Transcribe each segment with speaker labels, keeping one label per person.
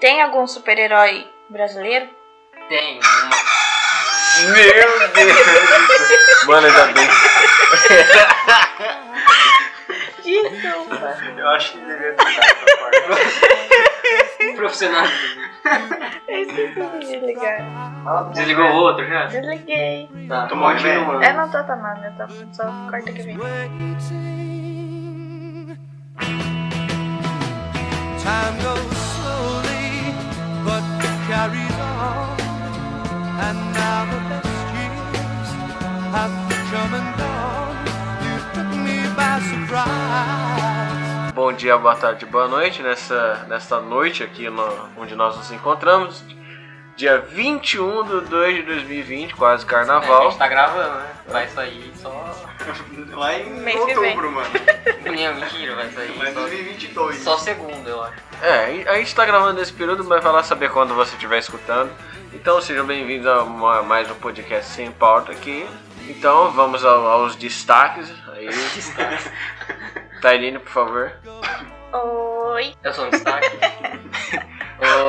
Speaker 1: Tem algum super-herói brasileiro?
Speaker 2: Tem uma.
Speaker 3: Meu Deus! Mano, ainda bem.
Speaker 1: Desculpa.
Speaker 3: Eu acho que deveria ter dado essa parte.
Speaker 2: Um Profissional.
Speaker 1: Eu esqueci de desligar.
Speaker 2: Desligou o outro já?
Speaker 1: é Desliguei.
Speaker 2: Tá.
Speaker 3: Tô morrendo, mano.
Speaker 1: Eu não tô tomando, eu tô só corta que vem.
Speaker 4: waiting. Time goes slowly, but it carries on. And now the best years have come and gone. You took me by surprise.
Speaker 3: Bom dia, boa tarde, boa noite. Nessa, nessa noite aqui no- onde nós nos encontramos, dia 21 de 2 de 2020, quase
Speaker 2: A
Speaker 3: carnaval.
Speaker 2: gente tá gravando, né? Vai sair só.
Speaker 5: Lá em
Speaker 1: Mês que
Speaker 5: outubro, mano.
Speaker 2: Não, é mentira, vai sair
Speaker 5: Mas
Speaker 2: só.
Speaker 5: 2022.
Speaker 2: Só segunda, eu acho.
Speaker 3: É, a gente tá gravando nesse período, mas vai lá saber quando você estiver escutando. Então sejam bem-vindos a uma- mais um podcast sem pauta aqui. Então vamos ao- aos destaques. Aí, Tailine, por favor.
Speaker 1: Oi.
Speaker 2: Eu sou um destaque.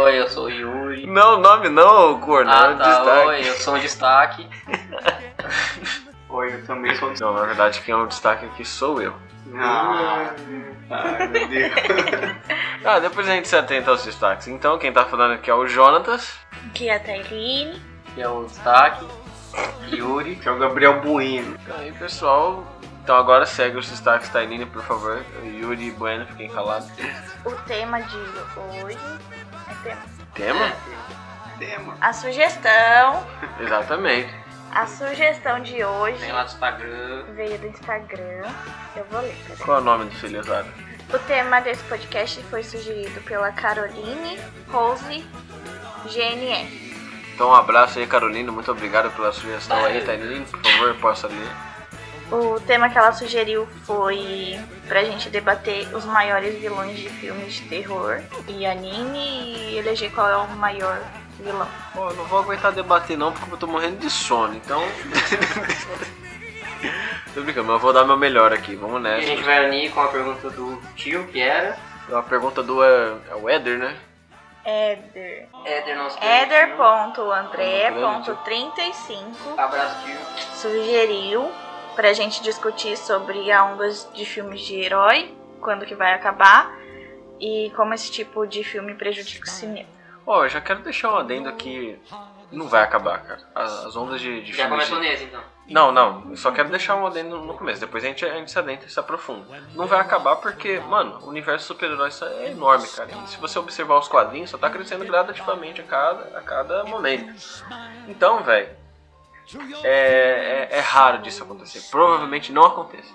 Speaker 2: Oi, eu sou o Yuri.
Speaker 3: Não, nome não, gordo.
Speaker 2: Ah,
Speaker 3: não,
Speaker 2: tá.
Speaker 3: destaque.
Speaker 2: Oi, eu sou um destaque.
Speaker 5: Oi, eu também sou.
Speaker 3: Não, na verdade quem é o destaque aqui sou eu.
Speaker 5: Ah, ai, meu Deus.
Speaker 3: Ah, depois a gente se atenta aos destaques. Então, quem tá falando aqui é o Jonatas.
Speaker 1: Aqui é a Tailine.
Speaker 2: Que é o destaque. Yuri.
Speaker 5: Que é o Gabriel Bueno.
Speaker 3: Aí, pessoal. Então, agora segue os destaques, Tainine, por favor. Yuri e Bueno, fiquem calados.
Speaker 1: O tema de hoje é tema.
Speaker 3: Tema?
Speaker 5: Tema.
Speaker 1: A sugestão.
Speaker 3: Exatamente.
Speaker 1: A sugestão de hoje
Speaker 2: Tem lá do Instagram.
Speaker 1: veio do Instagram. Eu vou ler, peraí.
Speaker 3: Qual é o nome do filho usado?
Speaker 1: O tema desse podcast foi sugerido pela Caroline Rose GNF.
Speaker 3: Então, um abraço aí, Carolina. Muito obrigado pela sugestão aí,
Speaker 2: Valeu.
Speaker 3: Tainine. Por favor, possa ler.
Speaker 1: O tema que ela sugeriu foi pra gente debater os maiores vilões de filmes de terror e anime e eleger qual é o maior vilão.
Speaker 3: Pô, eu não vou aguentar debater não, porque eu tô morrendo de sono, então... tô brincando, mas eu vou dar meu melhor aqui. Vamos
Speaker 2: E a gente
Speaker 3: nessa. Então,
Speaker 2: vai unir com a pergunta do tio, que era.
Speaker 3: A pergunta do... É, é o Éder, né?
Speaker 1: Éder.
Speaker 2: Éder, nosso
Speaker 1: Éder.andré.35
Speaker 2: Abraço, tio.
Speaker 1: sugeriu pra gente discutir sobre a onda de filmes de herói, quando que vai acabar e como esse tipo de filme prejudica o cinema.
Speaker 3: Ó, eu já quero deixar um adendo aqui. Não vai acabar, cara. As, as ondas de, de
Speaker 2: Já
Speaker 3: filmes de-
Speaker 2: começou nesse, então.
Speaker 3: Não, não. Eu só quero deixar um adendo no começo. Depois a gente, a gente se adentra e se aprofunda. Não vai acabar porque, mano, o universo super-heróis é enorme, cara. E se você observar os quadrinhos, só tá crescendo gradativamente a cada, a cada momento. Então, velho, é, é, é raro disso acontecer. Provavelmente não acontece.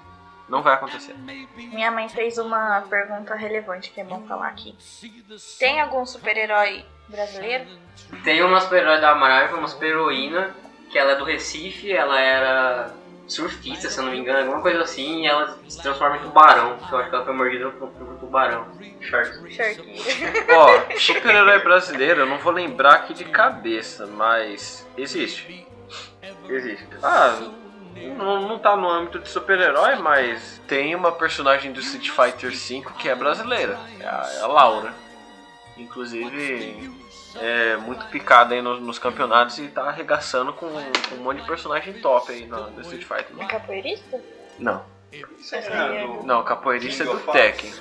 Speaker 3: Não vai acontecer.
Speaker 1: Minha mãe fez uma pergunta relevante que é bom falar aqui. Tem algum super-herói brasileiro?
Speaker 2: Tem uma super-herói da Marvel, uma super-heroína, que ela é do Recife, ela era surfista, se eu não me engano, alguma coisa assim, e ela se transforma em tubarão. Eu acho que ela foi mordida por por um tubarão. Shark.
Speaker 1: Shark.
Speaker 3: Ó, super-herói brasileiro, eu não vou lembrar aqui de cabeça, mas existe. Existe. Ah, não, não tá no âmbito de super-herói, mas tem uma personagem do Street Fighter V que é brasileira, é a, a Laura. Inclusive, é muito picada aí nos, nos campeonatos e tá arregaçando com, com um monte de personagem top aí na- do Street Fighter. né?
Speaker 1: É capoeirista?
Speaker 3: Não,
Speaker 5: Será do...
Speaker 3: não, capoeirista é do Tekken.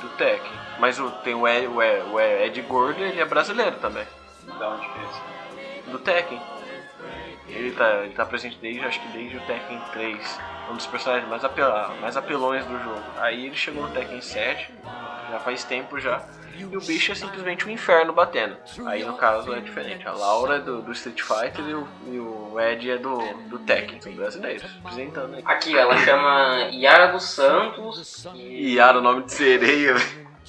Speaker 3: Do Tekken. Mas o, tem o, Ed- o, Ed- o Ed Gordo, ele é brasileiro também.
Speaker 5: Da onde que é isso?
Speaker 3: do Tekken. Ele tá, ele tá presente desde, acho que desde o Tekken 3, um dos personagens mais, apela, mais apelões do jogo. Aí ele chegou no Tekken 7, já faz tempo já, e o bicho é simplesmente um inferno batendo. Aí no caso é diferente, a Laura é do, do Street Fighter e o, e o Ed é do, do Tekken, são brasileiros, apresentando aí.
Speaker 2: Aqui, ela chama Yara dos Santos, e...
Speaker 3: Yara, o nome de sereia,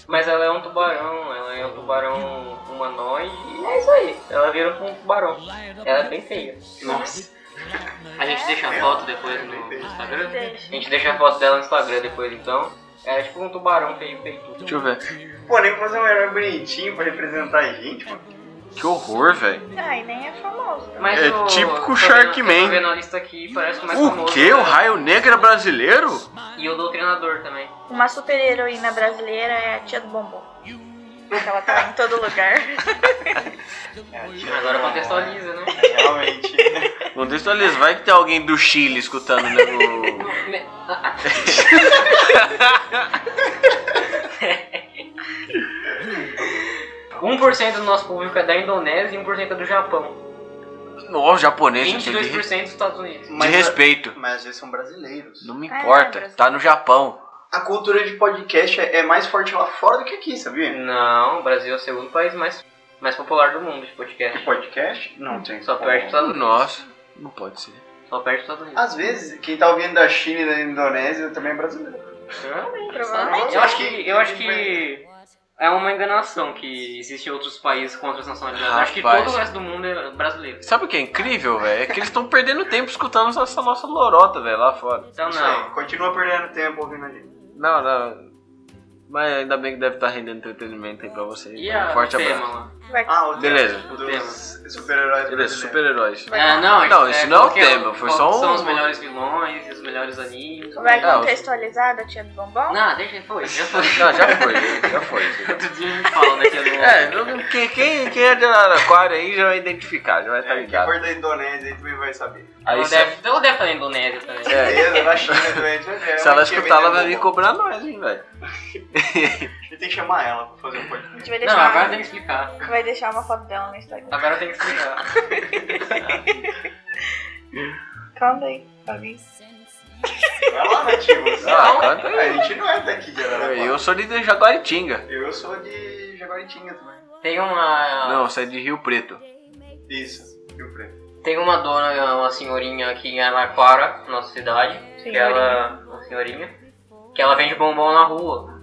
Speaker 2: mas ela é um tubarão, ela é um tubarão humanoide, e é isso aí, ela vira um tubarão. Ela é bem feia. Nossa. É. A gente deixa a foto depois no no Instagram? A gente deixa a foto dela no Instagram depois, então. Era tipo um tubarão feio, feito.
Speaker 3: Deixa eu ver.
Speaker 5: Pô, nem fazer um herói bonitinho pra representar a gente, mano.
Speaker 3: Que horror, velho.
Speaker 1: Ah, e nem é famoso.
Speaker 2: Mas
Speaker 3: É
Speaker 2: o-
Speaker 3: típico
Speaker 2: eu tô vendo-
Speaker 3: Sharkman.
Speaker 2: eu tô vendo a lista aqui, parece o mais
Speaker 5: tá
Speaker 3: O
Speaker 2: famoso,
Speaker 3: que? O
Speaker 2: né?
Speaker 3: Raio Negro é brasileiro?
Speaker 2: E o Doutrinador também.
Speaker 1: Uma super-heroína brasileira é a Tia do Bombom. porque ela tá em todo lugar.
Speaker 5: É,
Speaker 2: Agora contextualiza, né?
Speaker 5: Realmente.
Speaker 3: Contextualiza, vai que tem alguém do Chile escutando né, o-
Speaker 2: Um 1% do nosso público é da Indonésia e 1% é do Japão.
Speaker 3: Ó, o japonês. não tem de,
Speaker 2: 22% dos Estados Unidos.
Speaker 3: de respeito.
Speaker 5: Mas eles são brasileiros.
Speaker 3: é- Não me
Speaker 1: É,
Speaker 3: importa,
Speaker 1: Brasil.
Speaker 3: tá no Japão.
Speaker 5: A cultura de podcast é é mais forte lá fora do que aqui, sabia?
Speaker 2: Não, o Brasil é o segundo país mais, mais popular do mundo de podcast.
Speaker 5: Podcast? Não tem.
Speaker 2: Só
Speaker 5: como.
Speaker 2: perde, os Estados Unidos.
Speaker 3: Nossa, não pode ser.
Speaker 2: Só perde os Estados Unidos.
Speaker 5: Às vezes, quem tá ouvindo da China e da Indonésia também é brasileiro.
Speaker 2: Provavelmente,
Speaker 1: provavelmente.
Speaker 2: Eu acho que, eu acho que é uma enganação que existem outros países com outras nacionalidades. Eu acho que
Speaker 3: Rapaz.
Speaker 2: todo o resto do mundo é brasileiro.
Speaker 3: Sabe o que é incrível, velho? É que eles estão perdendo tempo escutando essa nossa lorota, velho, lá fora.
Speaker 2: Então
Speaker 5: Isso
Speaker 2: não.
Speaker 5: aí, Continua perdendo tempo ouvindo a gente.
Speaker 3: Não, não. Mas ainda bem que deve estar rendendo entretenimento aí pra vocês.
Speaker 2: E
Speaker 3: Então,
Speaker 2: a
Speaker 3: um forte
Speaker 2: tema
Speaker 3: abraço.
Speaker 2: lá?
Speaker 1: Vai-
Speaker 5: Ah, o
Speaker 3: Beleza.
Speaker 5: tema
Speaker 2: O
Speaker 5: Dos super-heróis
Speaker 3: Beleza,
Speaker 5: brasileiros.
Speaker 3: super-heróis.
Speaker 1: Vai-
Speaker 2: Ah, não,
Speaker 3: Não, isso não é o
Speaker 2: qual que
Speaker 3: tema, foi
Speaker 2: qual
Speaker 3: só
Speaker 2: que São
Speaker 3: um-
Speaker 2: os melhores vilões e os melhores animes.
Speaker 1: Vai
Speaker 3: Ah,
Speaker 1: contextualizar da tia do bombom?
Speaker 2: É, Não, deixa, foi, já foi.
Speaker 3: Não, já foi, já foi.
Speaker 2: Outro dia a gente fala daquele
Speaker 3: É, não- quem, quem, quem é de Araraquara aí já vai identificar, já vai estar
Speaker 5: É, quem
Speaker 3: ligado.
Speaker 5: for da Indonésia aí também vai saber.
Speaker 3: Aí
Speaker 2: Ela
Speaker 3: se,
Speaker 2: deve, ela deve estar na Indonésia também.
Speaker 3: É.
Speaker 5: Beleza, na China também. a gente vai ver.
Speaker 3: se ela
Speaker 5: Mas quem
Speaker 3: escutar, ela
Speaker 5: vender
Speaker 3: vai
Speaker 5: é
Speaker 3: vir
Speaker 5: bobo.
Speaker 3: cobrar nós, hein, velho.
Speaker 5: A gente tem que chamar ela pra fazer um
Speaker 1: A
Speaker 5: podcast.
Speaker 1: gente vai
Speaker 2: Não,
Speaker 1: deixar,
Speaker 2: agora tem que explicar.
Speaker 1: vai deixar uma foto dela no Instagram.
Speaker 2: Agora tem que explicar.
Speaker 1: Calma aí, alguém.
Speaker 5: Vai lá, né, nativos.
Speaker 3: Ah, canta aí.
Speaker 5: é um- a gente não é daqui de Araraquara.
Speaker 3: Eu sou de Jaguaritinga.
Speaker 5: Eu sou de Jaguaritinga também.
Speaker 2: Tem uma.
Speaker 3: Não, você é de Rio Preto.
Speaker 5: Isso, Rio Preto.
Speaker 2: Tem uma dona, uma senhorinha aqui em Araraquara, nossa cidade, que
Speaker 1: Senhorinha.
Speaker 2: ela. Uma senhorinha, que ela vende bombom na rua.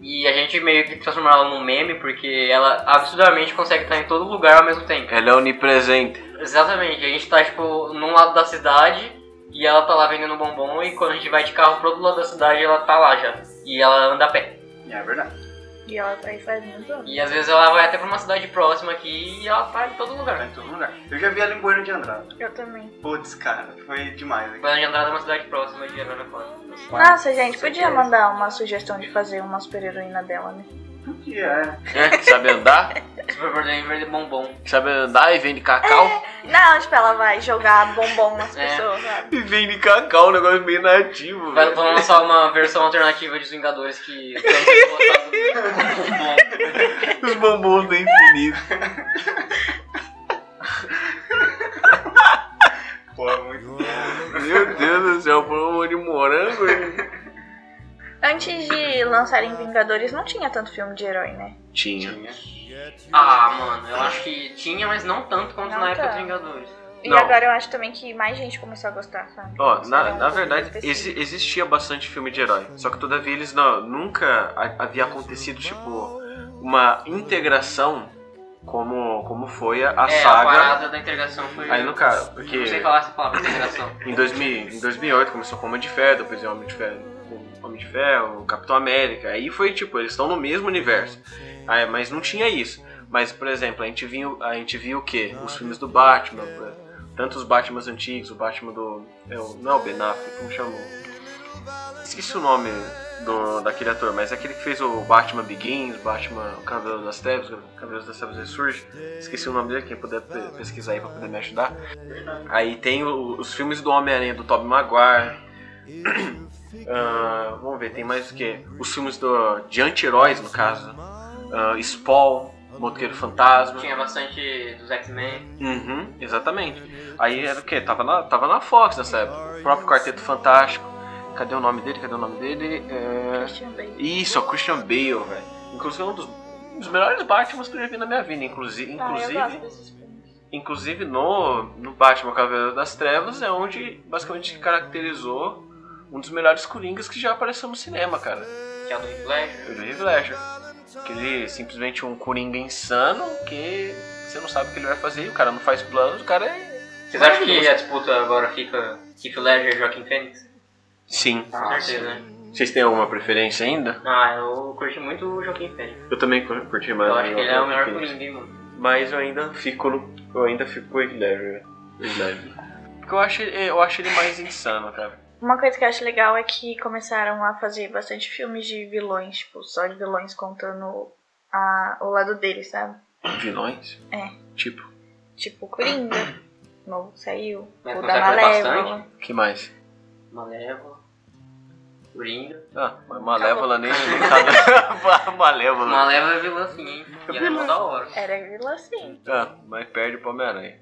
Speaker 2: E a gente meio que transformou ela num meme, porque ela absurdamente consegue estar em todo lugar ao mesmo tempo.
Speaker 3: Ela é onipresente.
Speaker 2: Exatamente, a gente tá tipo num lado da cidade e ela tá lá vendendo bombom e quando a gente vai de carro pro outro lado da cidade ela tá lá já. E ela anda a pé.
Speaker 5: É verdade.
Speaker 1: E ela tá aí faz muitos anos.
Speaker 2: E às vezes ela vai até pra uma cidade próxima aqui e ela tá em todo
Speaker 5: Tá
Speaker 2: lugar.
Speaker 5: em todo lugar. Eu já vi ela em Bueno de Andrada.
Speaker 1: Eu também.
Speaker 5: Putz, cara, foi demais. hein?
Speaker 2: Banda de Andrada é uma cidade próxima de Araraquara.
Speaker 1: Nossa, gente, podia mandar uma sugestão de fazer uma super heroína dela, né?
Speaker 5: O que é?
Speaker 3: É, que sabe andar,
Speaker 2: Super Verdade vende bombom.
Speaker 3: que sabe andar e vende cacau.
Speaker 1: Não, tipo, ela vai jogar bombom nas
Speaker 2: É.
Speaker 1: pessoas, sabe?
Speaker 3: E vende cacau, um negócio meio nativo,
Speaker 2: Vai vão lançar uma versão alternativa de Os Vingadores que tem que botar no bombom.
Speaker 3: Os bombons do infinito.
Speaker 5: Pô, é muito bom.
Speaker 3: Meu Deus do céu, foi um de morango.
Speaker 1: Antes de lançarem Vingadores, não tinha tanto filme de herói, né?
Speaker 3: Tinha.
Speaker 5: Tinha.
Speaker 2: Ah, mano, eu acho que tinha, mas não tanto quanto
Speaker 1: Não
Speaker 2: na época
Speaker 1: tanto.
Speaker 2: dos Vingadores.
Speaker 1: E
Speaker 3: Não.
Speaker 1: agora eu acho também que mais gente começou a gostar, sabe?
Speaker 3: Ó,
Speaker 1: Era
Speaker 3: na,
Speaker 1: um
Speaker 3: na
Speaker 1: público
Speaker 3: verdade,
Speaker 1: específico.
Speaker 3: exi- existia bastante filme de herói. Só que todavia eles não, nunca ha- havia acontecido, tipo, uma integração como, como foi a, a
Speaker 2: é, a
Speaker 3: saga.
Speaker 2: parada da integração foi.
Speaker 3: Aí no caso,
Speaker 2: Não sei
Speaker 3: porque
Speaker 2: falar essa palavra, integração.
Speaker 3: em, 2000, em 2008 começou com Homem de Ferro, depois é Homem de Ferro, com Homem de Ferro, Capitão América. Aí foi tipo, eles estão no mesmo universo. Aí, mas não tinha isso. Mas, por exemplo, a gente viu, a gente viu o quê? Os filmes do Batman, né? tanto os Batmans antigos, o Batman do. é o- não é o Ben Affleck, como chamou? Esqueci o nome do, daquele ator, mas é aquele que fez o Batman Begins, Batman O Cavaleiro das Trevas, o Cavaleiro das Trevas Ressurge. Esqueci o nome dele, quem puder pe- pesquisar aí pra poder me ajudar. Aí tem o- os filmes do Homem-Aranha do Tobey Maguire. Ah, vamos ver, tem mais o que? Os filmes do, de anti-heróis, no caso. Ah, Spawn, Motoqueiro Fantasma.
Speaker 2: Tinha bastante dos X-Men.
Speaker 3: Uhum, exatamente. Aí era o que? Tava na, tava na Fox nessa época. O próprio Quarteto Fantástico. Cadê o nome dele? Cadê o nome dele? É...
Speaker 1: Christian Bale.
Speaker 3: Isso, é o Christian Bale, velho. Inclusive é um dos, um dos melhores Batman que eu já vi na minha vida. Inclusive, inclusive,
Speaker 1: Ah, eu gosto desses filmes.
Speaker 3: inclusive no, no Batman Cavaleiro das Trevas é onde basicamente caracterizou um dos melhores Coringas que já apareceu no cinema, cara.
Speaker 2: Tinha é o do Heath Ledger.
Speaker 3: O do Heath Ledger. Que ele é simplesmente um Coringa insano que você não sabe o que ele vai fazer, o cara não faz planos, o cara é.
Speaker 2: Vocês acham que a disputa agora fica Heath Ledger e Joaquim Phoenix?
Speaker 3: Sim.
Speaker 2: Com certeza, né?
Speaker 3: Vocês têm alguma preferência ainda?
Speaker 2: Ah, eu curti muito o Joaquim Phoenix.
Speaker 3: Eu também cur- curti mais.
Speaker 2: Eu acho que ele é o melhor
Speaker 3: Coringa.
Speaker 2: Coringa, hein, mano?
Speaker 3: Mas eu ainda fico no. Eu ainda fico com o né? Ledger. Porque eu acho, ele- eu acho ele mais insano, cara.
Speaker 1: Uma coisa que eu acho legal é que começaram a fazer bastante filmes de vilões, tipo, só de vilões contando a- o lado dele, sabe?
Speaker 3: Vilões?
Speaker 1: É.
Speaker 3: Tipo,
Speaker 1: Tipo o Coringa, novo que saiu,
Speaker 2: Mas
Speaker 1: o
Speaker 2: não
Speaker 1: da
Speaker 2: vai fazer
Speaker 1: Malévola.
Speaker 2: bastante?
Speaker 3: que mais?
Speaker 2: Malévola. Coringa.
Speaker 3: Ah, mas Malévola nem nem cabe. Malévola.
Speaker 2: Malévola é vilã sim, hein? E ela é mó da hora.
Speaker 1: Era vilã sim.
Speaker 3: Ah, mas perde pro Homem-Aranha.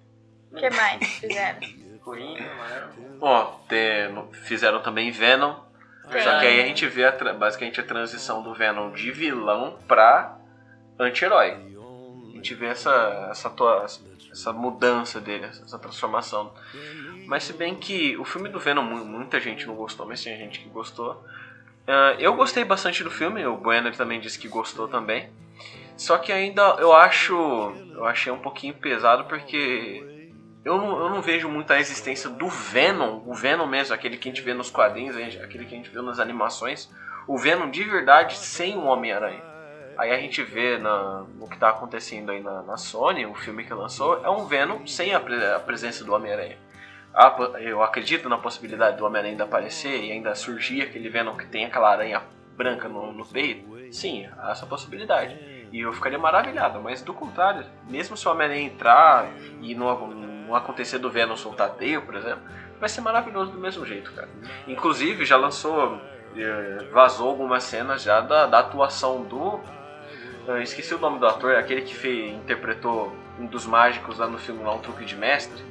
Speaker 1: O que mais fizeram?
Speaker 2: Coringa, Malévola.
Speaker 3: Ó, tem- fizeram também Venom.
Speaker 1: Tem.
Speaker 3: Só que aí a gente vê a tra- basicamente a transição do Venom de vilão pra anti-herói. A gente vê essa, essa, atua- essa mudança dele, essa essa transformação. Mas se bem que o filme do Venom, mu- muita gente não gostou, mas tem gente que gostou. Ah, eu gostei bastante do filme, o Bueno também disse que gostou também. Só que ainda eu acho. Eu achei um pouquinho pesado porque eu não, eu não vejo muito a existência do Venom, o Venom mesmo, aquele que a gente vê nos quadrinhos, a gente- aquele que a gente vê nas animações, o Venom de verdade sem o Homem-Aranha. Aí a gente vê na, no que tá acontecendo aí na, na Sony, o filme que lançou, é um Venom sem a, pre- a presença do Homem-Aranha. A po- Eu acredito na possibilidade do Homem-Aranha ainda aparecer e ainda surgir aquele Venom que tem aquela aranha branca no, no peito. Sim, há essa possibilidade. E eu ficaria maravilhado, mas do contrário, mesmo se o Homem-Aranha entrar e não, não acontecer do Venom soltar teio, por exemplo, vai ser maravilhoso do mesmo jeito, cara. Inclusive, já lançou, eh, vazou algumas cenas já da, da atuação do. Eu esqueci o nome do ator, aquele que fe- interpretou um dos mágicos lá no filme lá, Um Truque de Mestre.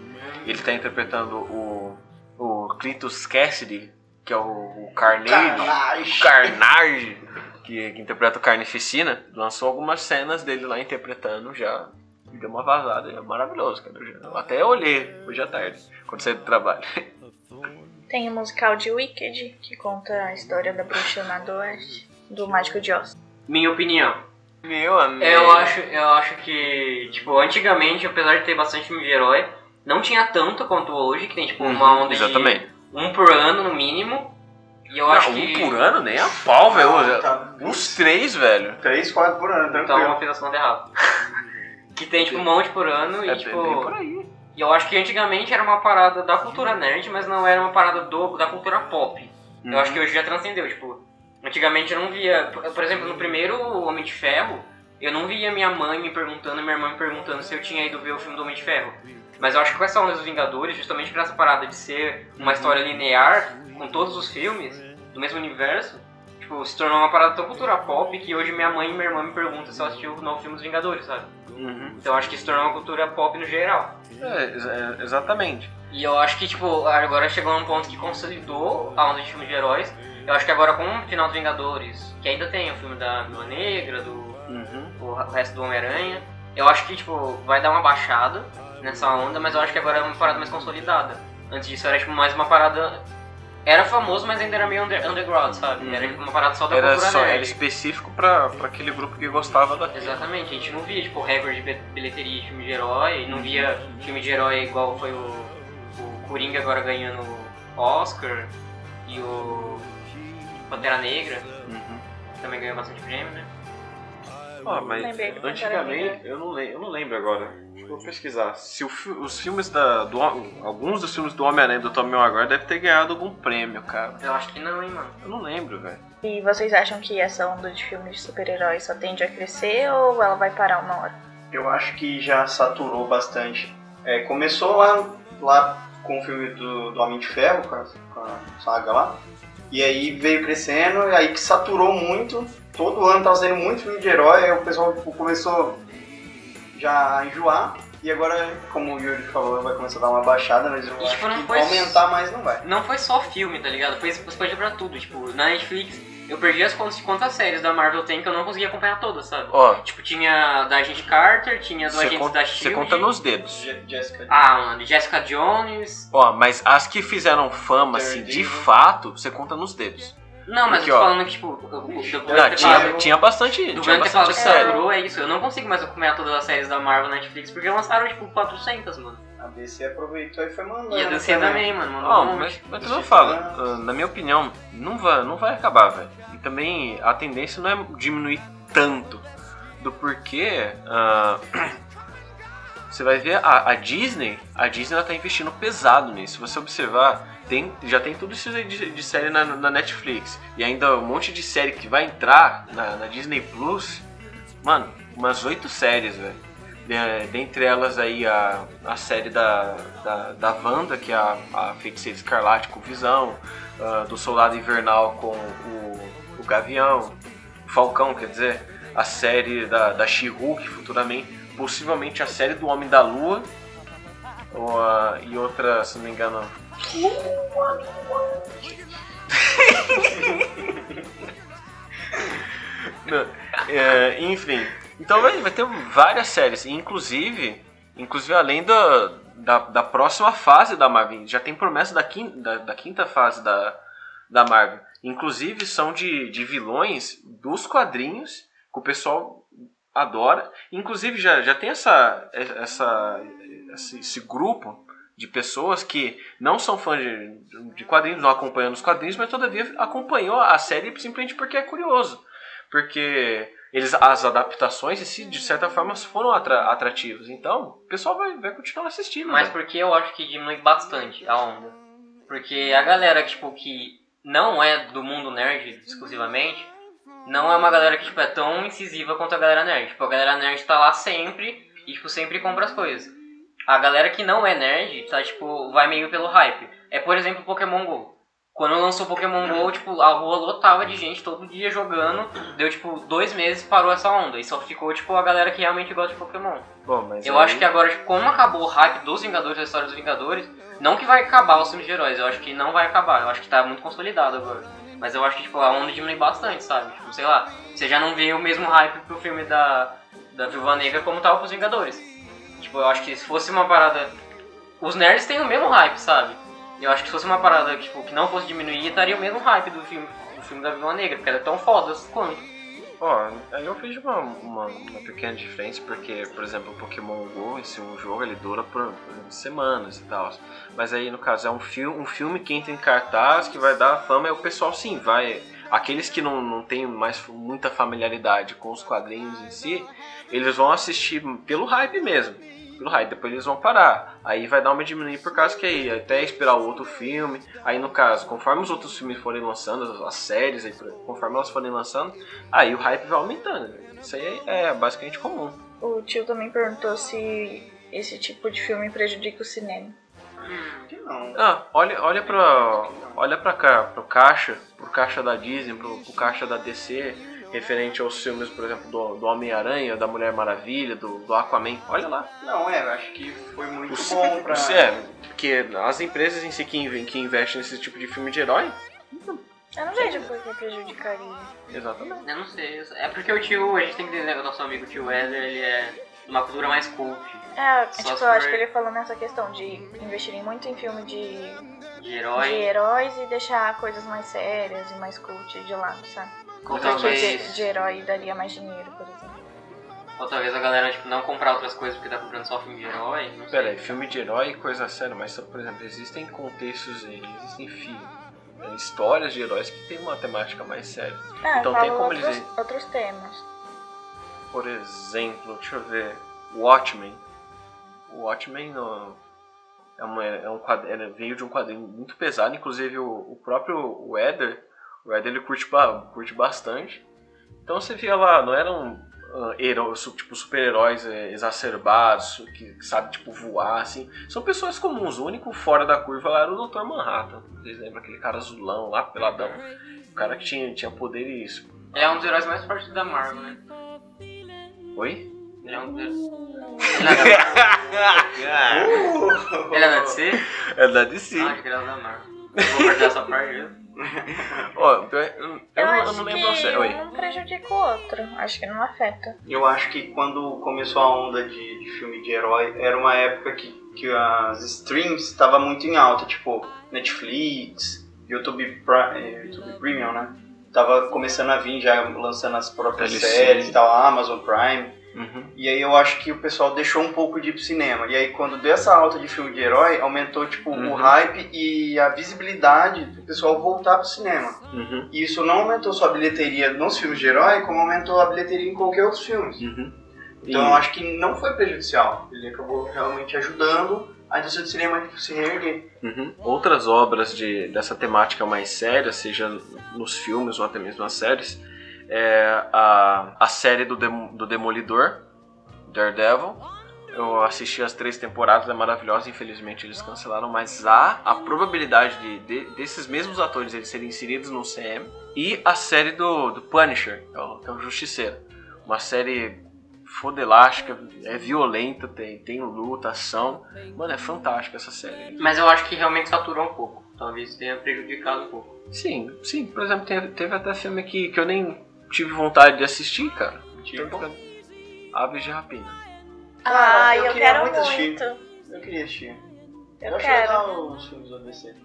Speaker 3: Ele tá interpretando o, o Cletus Cassidy, que é o, o Carneiro.
Speaker 5: Carnage.
Speaker 3: Carnage, que, que interpreta o Carnificina, lançou algumas cenas dele lá interpretando já. e Deu uma vazada, é maravilhoso, cara. Eu já- eu até olhei hoje à tarde, quando saí do trabalho.
Speaker 1: Tem o musical de Wicked, que conta a história da bruxa na do oeste, do Mágico de Oz.
Speaker 2: Minha opinião.
Speaker 3: Meu amigo.
Speaker 2: É, Eu acho, eu acho que, tipo, antigamente, apesar de ter bastante filme de herói, não tinha tanto quanto hoje, que tem, tipo, uma onda
Speaker 3: Uhum, Exatamente.
Speaker 2: de um por ano, no mínimo. E eu
Speaker 3: Não,
Speaker 2: acho
Speaker 3: um
Speaker 2: que...
Speaker 3: por ano, nem a pau, velho.
Speaker 5: Tá.
Speaker 3: Uns três, velho.
Speaker 5: Três, quatro por ano,
Speaker 2: Então,
Speaker 5: tranquilo.
Speaker 2: uma afinação tá errada. que tem, tipo, um monte por ano e,
Speaker 3: É bem
Speaker 2: tipo...
Speaker 3: bem por aí.
Speaker 2: E eu acho que antigamente era uma parada da cultura nerd, mas não era uma parada do, da cultura pop. Eu acho que hoje já transcendeu, tipo... Antigamente eu não via... Por por exemplo, no primeiro Homem de Ferro, eu não via minha mãe me perguntando, minha irmã me perguntando se eu tinha ido ver o filme do Homem de Ferro. Mas eu acho que com essa onda dos Vingadores, justamente por essa parada de ser uma história linear, com todos os filmes, do mesmo universo, tipo, se tornou uma parada tão cultura pop que hoje minha mãe e minha irmã me perguntam se ela assistiu o novo filme dos Vingadores, sabe?
Speaker 3: Uhum.
Speaker 2: Então eu acho que se tornou uma cultura pop no geral.
Speaker 3: É, ex- é, exatamente.
Speaker 2: E eu acho que, tipo, agora chegou num ponto que consolidou a onda de filme de heróis. Eu acho que agora com o final dos Vingadores, que ainda tem o filme da Lua Negra, do
Speaker 3: Uhum.
Speaker 2: o resto do Homem-Aranha. Eu acho que, tipo, vai dar uma baixada nessa onda, mas eu acho que agora é uma parada mais consolidada. Antes disso era, tipo, mais uma parada... Era famoso, mas ainda era meio under- underground, sabe? Era tipo, uma parada só da
Speaker 3: Uhum. Era
Speaker 2: cultura
Speaker 3: só
Speaker 2: nerd.
Speaker 3: era específico pra, pra aquele grupo que gostava da
Speaker 2: Exatamente, a gente não via, tipo, recorde de bi- bilheteria de filme de herói, não via filme de herói igual foi o, o Coringa agora ganhando o Oscar e o Pantera Negra,
Speaker 3: Uhum.
Speaker 2: que também ganhou bastante prêmio, né?
Speaker 3: Ah, mas
Speaker 1: Lembrei que
Speaker 3: antigamente, eu não, lembro, eu não lembro agora. Vou pesquisar. Se o fi- os filmes da. do- alguns dos filmes do Homem-Aranha do Tommy Maguire deve ter ganhado algum prêmio, cara.
Speaker 2: Eu acho que não, hein, mano.
Speaker 3: Eu não lembro, velho.
Speaker 1: E vocês acham que essa onda de filmes de super-heróis só tende a crescer ou ela vai parar uma hora?
Speaker 5: Eu acho que já saturou bastante. É, começou lá, lá com o filme do, do Homem de Ferro, com a, com a saga lá. E aí veio crescendo, e aí que saturou muito. Todo ano tava saindo muito filme de herói, aí o pessoal tipo, começou já a enjoar. E agora, como o Yuri falou, vai começar a dar uma baixada, mas eu
Speaker 2: E,
Speaker 5: acho
Speaker 2: tipo, não
Speaker 5: que
Speaker 2: foi-
Speaker 5: aumentar mais não vai.
Speaker 2: Não foi só filme, tá ligado? Foi expandir pra tudo. Tipo, na Netflix, eu perdi as contas de quantas séries da Marvel tem que eu não conseguia acompanhar todas, sabe?
Speaker 3: Ó,
Speaker 2: Tipo, tinha da Agente Carter, tinha do
Speaker 3: você
Speaker 2: Agente
Speaker 3: conta,
Speaker 2: da
Speaker 3: você
Speaker 2: Shield.
Speaker 3: conta nos dedos.
Speaker 5: Je- Jessica.
Speaker 2: Ah, mano, Jessica Jones.
Speaker 3: Ó, mas as que fizeram fama, assim, de
Speaker 5: Daredevil.
Speaker 3: fato, você conta nos dedos.
Speaker 2: Não, mas
Speaker 3: Aqui,
Speaker 2: eu tô
Speaker 3: ó.
Speaker 2: falando que, tipo, o- o- o-
Speaker 5: Não,
Speaker 2: o-
Speaker 3: Não,
Speaker 2: o-
Speaker 3: tinha,
Speaker 5: Marvel-
Speaker 3: tinha bastante.
Speaker 2: Do
Speaker 3: Tinha
Speaker 2: Grande Teclado
Speaker 3: bastante
Speaker 2: que
Speaker 3: série.
Speaker 2: saturou, é isso. Eu não consigo mais acompanhar todas as séries da Marvel na Netflix, porque lançaram, tipo, 400, mano.
Speaker 5: A DC aproveitou e foi mandando.
Speaker 2: E a DC também, mano. Mandou
Speaker 3: Não,
Speaker 2: um monte.
Speaker 3: É, mas, mas tu não fala. Ah, Na minha opinião, não vai, não vai acabar, velho. E também a tendência não é diminuir tanto. Do porquê. ah, você vai ver a, a Disney. A Disney ela tá investindo pesado nisso. Se você observar, tem, já tem tudo isso aí de, de série na, na Netflix. E ainda um monte de série que vai entrar na, na Disney Plus. mano, umas oito séries, velho. De- né, Dentre elas aí a, a série da, da, da Wanda, que é a, a Feiticeira Escarlate com o Visão, ah, do Soldado Invernal com o, o Gavião, o Falcão, quer dizer, a série da, da She-Hulk futuramente, possivelmente a série do Homem da Lua, ou a- e outra, se não me engano, Não, é, enfim. Então vai, vai ter várias séries. e Inclusive, inclusive além da, da, da próxima fase da Marvel. Já tem promessa da quinta, da, da quinta fase da, da Marvel. Inclusive são de, de vilões dos quadrinhos que o pessoal adora. Inclusive já, já tem essa, essa, esse, esse grupo de pessoas que não são fãs de, de quadrinhos, não acompanham os quadrinhos, mas todavia acompanhou a série simplesmente porque é curioso porque eles, as adaptações em si, de certa forma, foram atra- atrativas. Então, o pessoal vai, vai continuar assistindo.
Speaker 2: Mas
Speaker 3: né?
Speaker 2: porque eu acho que diminui bastante a onda. Porque a galera que, tipo, que não é do mundo nerd exclusivamente, não é uma galera que tipo, é tão incisiva quanto a galera nerd. Tipo, a galera nerd tá lá sempre e tipo, sempre compra as coisas. A galera que não é nerd, tá, tipo, vai meio pelo hype. É por exemplo Pokémon GO. Quando lançou Pokémon GO, tipo, a rua lotava de gente todo dia jogando. Deu tipo dois meses parou essa onda. E só ficou, tipo, a galera que realmente gosta de Pokémon.
Speaker 3: Bom, mas
Speaker 2: Eu
Speaker 3: aí-
Speaker 2: acho que agora, tipo, como acabou o hype dos Vingadores, da história dos Vingadores, não que vai acabar os filmes de heróis, eu acho que não vai acabar, eu acho que tá muito consolidado agora. Mas eu acho que, tipo, a onda diminui bastante, sabe? Tipo, sei lá, você já não vê o mesmo hype pro filme da, da Viúva Negra como tava pros Vingadores. Tipo, eu acho que se fosse uma parada... Os nerds têm o mesmo hype, sabe? Eu acho que se fosse uma parada, tipo, que não fosse diminuir, estaria o mesmo hype do filme, do filme da Viúva Negra, porque ela é tão foda quanto.
Speaker 3: Ó, aí eu vejo uma, uma, uma pequena diferença, porque, por exemplo, o Pokémon GO, esse um jogo, ele dura por semanas e tal. Mas aí, no caso, é um, fil um filme que entra em cartaz, que vai dar fama, e o pessoal sim vai. Aqueles que não, não têm mais muita familiaridade com os quadrinhos em si, eles vão assistir pelo hype mesmo. Pelo hype, depois eles vão parar. Aí vai dar uma diminuir por causa que aí, até esperar o outro filme. Aí no caso, conforme os outros filmes forem lançando, as- as séries, aí, por- conforme elas forem lançando, Aí o hype vai aumentando. né? Isso aí é basicamente comum.
Speaker 1: O tio também perguntou se esse tipo de filme prejudica o cinema.
Speaker 5: Que não.
Speaker 3: Ah, olha, olha pra. Olha pra cá, pro caixa, pro caixa da Disney, pro, pro caixa da DC, referente aos filmes, por exemplo, do, do Homem-Aranha, da Mulher Maravilha, do, do Aquaman. Olha lá.
Speaker 5: Não, é, eu acho que foi muito
Speaker 3: Os-
Speaker 5: bom pra.
Speaker 3: os- É, porque as empresas em si que, inve- que investem nesse tipo de filme de herói.
Speaker 1: Eu não vejo por que prejudicaria.
Speaker 3: Exatamente.
Speaker 2: Eu não sei, é porque o tio, a gente tem que entender que o nosso amigo tio Wesley, ele é de uma cultura mais cult
Speaker 1: É,
Speaker 2: Só
Speaker 1: tipo,
Speaker 2: se
Speaker 1: eu acho
Speaker 2: for-
Speaker 1: que ele falou nessa questão de investirem muito em filme de,
Speaker 2: de
Speaker 1: de
Speaker 2: herói.
Speaker 1: heróis e deixar coisas mais sérias e mais cult de lado, sabe?
Speaker 2: Ou
Speaker 1: Porque
Speaker 2: talvez,
Speaker 1: de, de herói daria mais dinheiro, por exemplo.
Speaker 2: ou talvez a galera tipo, não comprar outras coisas porque tá comprando só filme de herói. Não sei.
Speaker 3: Pera aí, filme de herói é coisa séria, mas, por exemplo, existem contextos, existem filmes, histórias de heróis que tem uma temática mais séria.
Speaker 1: Ah,
Speaker 3: Então
Speaker 1: então,
Speaker 3: tem
Speaker 1: falam
Speaker 3: como eles
Speaker 1: outros, outros temas.
Speaker 3: Por exemplo, deixa eu ver. Watchmen. O Watchmen ó, é, uma, é um quadro, ele veio de um quadrinho muito pesado, inclusive o, o próprio Eder, o Eder ele curte, ba- curte bastante. Então você via lá, não eram ah, heró- su- tipo, super-heróis eh, exacerbados, su- que, que sabe, tipo, voar, assim. São pessoas comuns, o único fora da curva lá era o Dr. Manhattan. Vocês lembram aquele cara azulão lá, peladão? O cara que tinha, tinha poderes...
Speaker 2: Ele é um dos heróis mais fortes da Marvel, né?
Speaker 3: Oi?
Speaker 2: Ele é um dos heróis.
Speaker 5: Uh!
Speaker 2: Ele é da DC?
Speaker 3: É da DC.
Speaker 2: Ah, que ele é da Marvel. Eu vou perder essa parte. viu?
Speaker 3: Ó, eu, eu, eu não- eu
Speaker 1: acho
Speaker 3: não
Speaker 1: que
Speaker 3: lembro a série. Oi.
Speaker 1: um prejudica o outro. Acho que não afeta.
Speaker 5: Eu acho que quando começou a onda de, de filme de herói, era uma época que, que as streams estavam muito em alta, tipo Netflix, YouTube, Pri- eh, YouTube Premium, né? Tava começando a vir já lançando as próprias
Speaker 3: LC.
Speaker 5: séries e tal, Amazon Prime.
Speaker 3: Uhum.
Speaker 5: E aí eu acho que o pessoal deixou um pouco de ir pro cinema. E aí quando deu essa alta de filme de herói, aumentou tipo
Speaker 3: Uhum.
Speaker 5: o hype e a visibilidade do pessoal voltar pro cinema.
Speaker 3: Uhum.
Speaker 5: E isso não aumentou só a bilheteria nos filmes de herói, como aumentou a bilheteria em qualquer outro filme.
Speaker 3: Uhum.
Speaker 5: Então eu acho que não foi prejudicial. Ele acabou realmente ajudando a indústria do cinema a se reerguer.
Speaker 3: Uhum. Outras obras de, dessa temática mais séria, seja nos filmes ou até mesmo nas séries, é a, a série do, Dem- do Demolidor, Daredevil. Eu assisti as três temporadas, é maravilhosa, infelizmente eles cancelaram, mas há a probabilidade de, de- desses mesmos atores eles serem inseridos no CM. E a série do, do Punisher, que é o, que é o Justiceiro. Uma série fodelástica, é violenta, tem, tem luta, ação. Mano, é fantástica essa série.
Speaker 2: Mas eu acho que realmente saturou um pouco. Talvez tenha prejudicado um pouco.
Speaker 3: Sim, sim. Por exemplo, teve, teve até filme que, que eu nem tive vontade de assistir, cara. Então,
Speaker 5: Tipo,
Speaker 3: Aves de Rapina.
Speaker 5: Cara,
Speaker 1: Ai,
Speaker 5: eu
Speaker 1: eu,
Speaker 5: queria
Speaker 1: quero
Speaker 5: muito
Speaker 1: muito.
Speaker 5: assistir. eu queria assistir.
Speaker 1: Eu
Speaker 5: acho
Speaker 1: quero.
Speaker 5: legal os filmes do ABC.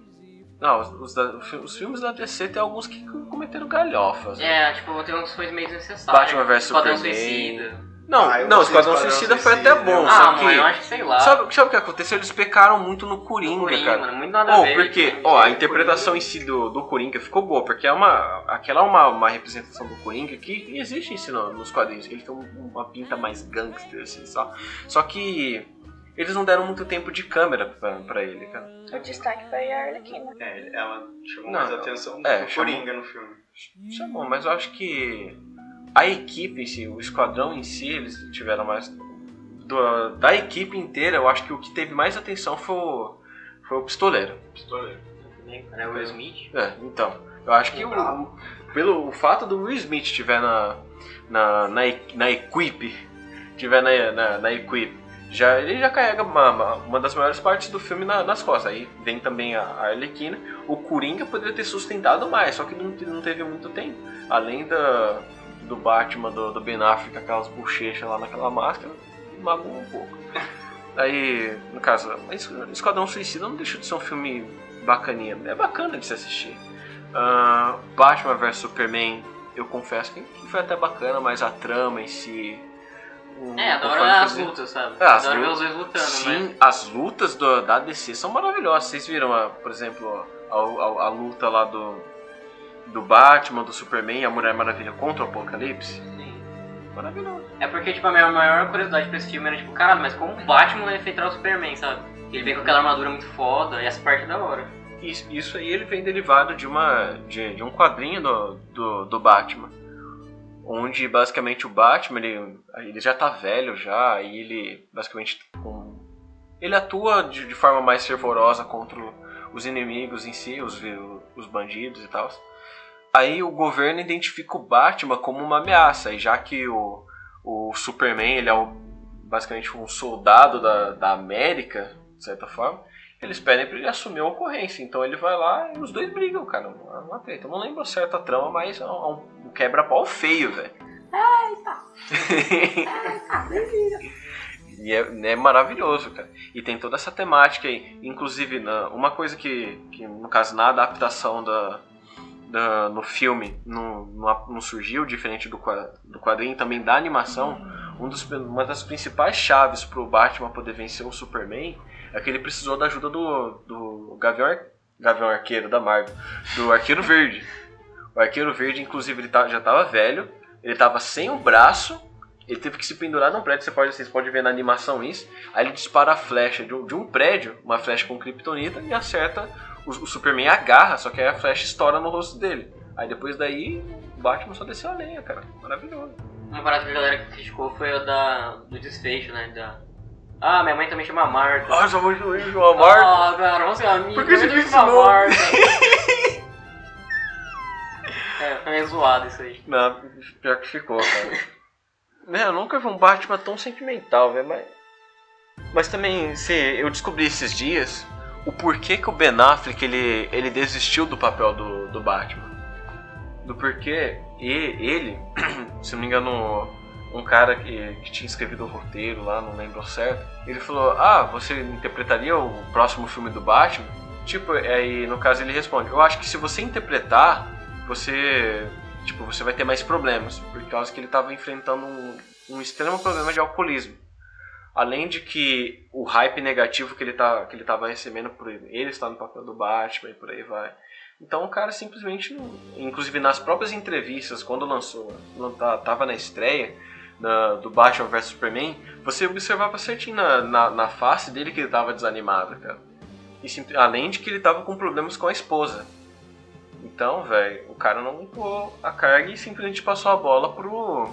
Speaker 3: Não, os, os da- os fi- os filmes da DC tem alguns que c- cometeram galhofas. né?
Speaker 2: É, tipo, tem uns coisas meio desnecessárias.
Speaker 3: Batman vs
Speaker 2: Esquadrão
Speaker 3: Superman.
Speaker 2: Suicida.
Speaker 3: Não,
Speaker 5: Ah, eu
Speaker 3: não,
Speaker 5: gostei do
Speaker 3: Esquadrão
Speaker 5: Esquadrão
Speaker 3: Suicida foi até
Speaker 5: Suicida.
Speaker 3: bom,
Speaker 2: Ah,
Speaker 3: só
Speaker 2: mano,
Speaker 3: que...
Speaker 2: eu acho que sei lá.
Speaker 3: Sabe, sabe o que aconteceu? Eles pecaram muito no Coringa,
Speaker 2: Coringa,
Speaker 3: cara.
Speaker 2: mano, muito nada a
Speaker 3: Oh,
Speaker 2: ver.
Speaker 3: porque,
Speaker 2: tipo,
Speaker 3: ó, a
Speaker 2: Coringa.
Speaker 3: interpretação em si do, do Coringa ficou boa, porque é uma, aquela é uma, uma representação do Coringa que existe isso no- nos quadrinhos, que ele tem um- uma pinta mais gangster, assim, só. Só que eles não deram muito tempo de câmera pra, pra ele, cara.
Speaker 1: O destaque foi a Arlequina.
Speaker 5: É, ela chamou
Speaker 3: Não,
Speaker 5: mais
Speaker 3: não.
Speaker 5: atenção
Speaker 3: É,
Speaker 5: do
Speaker 3: chamou-
Speaker 5: Coringa no filme.
Speaker 3: Isso é bom, mas eu acho que a equipe em si, o esquadrão em si, eles tiveram mais. do- da equipe inteira, eu acho que o que teve mais atenção foi o, foi o pistoleiro.
Speaker 5: Pistoleiro.
Speaker 2: Também, cara, é o Will Smith.
Speaker 3: É, então. Eu acho que o,
Speaker 5: Bravo.
Speaker 3: pelo o fato do Will Smith estiver na, na, na, e- na equipe, tiver na, na, na equipe, já, ele já carrega uma, uma- uma das maiores partes do filme na- nas costas. Aí vem também a, a Arlequina. O Coringa poderia ter sustentado mais, só que não, te- não teve muito tempo. Além da, do Batman, do, do Ben Affleck, aquelas bochechas lá naquela máscara, magoou um pouco. Aí, no caso, mas Esquadrão Suicida não deixa de ser um filme bacaninha. É bacana de se assistir. Ah, Batman vs Superman, eu confesso que que foi até bacana, mas a trama em si. o-
Speaker 2: É, adoro
Speaker 3: o
Speaker 2: as
Speaker 3: fantasy-
Speaker 2: lutas, sabe?
Speaker 3: Ah, as
Speaker 2: adoro ver
Speaker 3: lutas.
Speaker 2: os dois lutando,
Speaker 3: Sim,
Speaker 2: mas...
Speaker 3: as lutas do- da DC são maravilhosas. Vocês viram, ah, por exemplo, a, a- a luta lá do, do Batman, do Superman e a Mulher Maravilha contra o Apocalipse?
Speaker 2: Sim.
Speaker 3: Maravilhoso.
Speaker 2: assim, É porque, tipo, a minha maior curiosidade pra esse filme era, tipo, caralho, mas como o Batman vai enfrentar o Superman, sabe? Ele vem com aquela armadura muito foda e essa parte é da hora.
Speaker 3: Isso, isso aí ele vem derivado de, uma, de, de um quadrinho do, do, do Batman. Onde basicamente o Batman, ele, ele já tá velho já, e ele basicamente com- ele atua de, de forma mais fervorosa contra o- os inimigos em si, os, vi- os bandidos e tal. Aí o governo identifica o Batman como uma ameaça, e já que o, o Superman ele é o- basicamente um soldado da, da América, de certa forma, eles pedem pra ele assumir a ocorrência. Então ele vai lá e os dois brigam, cara. Uma uma treta. Eu não lembro certa trama, mas é um, um quebra-pau feio, velho. Eita!
Speaker 1: Ah,
Speaker 3: E é, é maravilhoso, cara. E tem toda essa temática aí. Inclusive, na- uma coisa que, que, no caso, na adaptação da, da- no filme não, não, a- não surgiu, diferente do, qua- do quadrinho, também da animação, um dos, uma das principais chaves pro Batman poder vencer o Superman é que ele precisou da ajuda do, do Gavião, Ar- Gavião Arqueiro da Marvel, do Arqueiro Verde. O Arqueiro Verde, inclusive, ele tá- já tava velho, ele tava sem o braço, ele teve que se pendurar num prédio, você pode, vocês podem ver na animação isso. Aí ele dispara a flecha de um, de um prédio, uma flecha com kryptonita, e acerta. O, o Superman agarra, só que aí a flecha estoura no rosto dele. Aí depois daí, o Batman só desceu a lenha, cara. Maravilhoso.
Speaker 2: Uma parada que a galera criticou foi a da, do desfecho, né? Da... Ah, minha mãe também chama Marta.
Speaker 3: só vou João
Speaker 2: Ah, cara, vamos ser amigos.
Speaker 3: Por que você
Speaker 2: eu
Speaker 3: disse
Speaker 2: chamo
Speaker 3: não?
Speaker 2: Marta. é, foi meio zoado isso aí.
Speaker 3: Não, pior que ficou, cara. Né, eu nunca vi um Batman tão sentimental, velho, mas... Mas também, se eu descobri esses dias o porquê que o Ben Affleck, ele, ele desistiu do papel do, do Batman. Do porquê e ele, se não me engano, um cara que, que tinha escrevido o roteiro lá, não lembro ao certo, ele falou, ah, você interpretaria o próximo filme do Batman? Tipo, aí no caso ele responde, eu acho que se você interpretar, você tipo, você vai ter mais problemas, por causa que ele estava enfrentando um, um extremo problema de alcoolismo. Além de que o hype negativo que ele, tá, que ele tava recebendo por ele estar no papel do Batman e por aí vai. Então o cara simplesmente, não- inclusive nas próprias entrevistas, quando lançou, quando tá- tava na estreia na- do Batman vs Superman, você observava certinho na, na, na face dele que ele tava desanimado, cara. E sim- além de que ele tava com problemas com a esposa. Então, velho, o cara não limpou a carga e simplesmente passou a bola pro.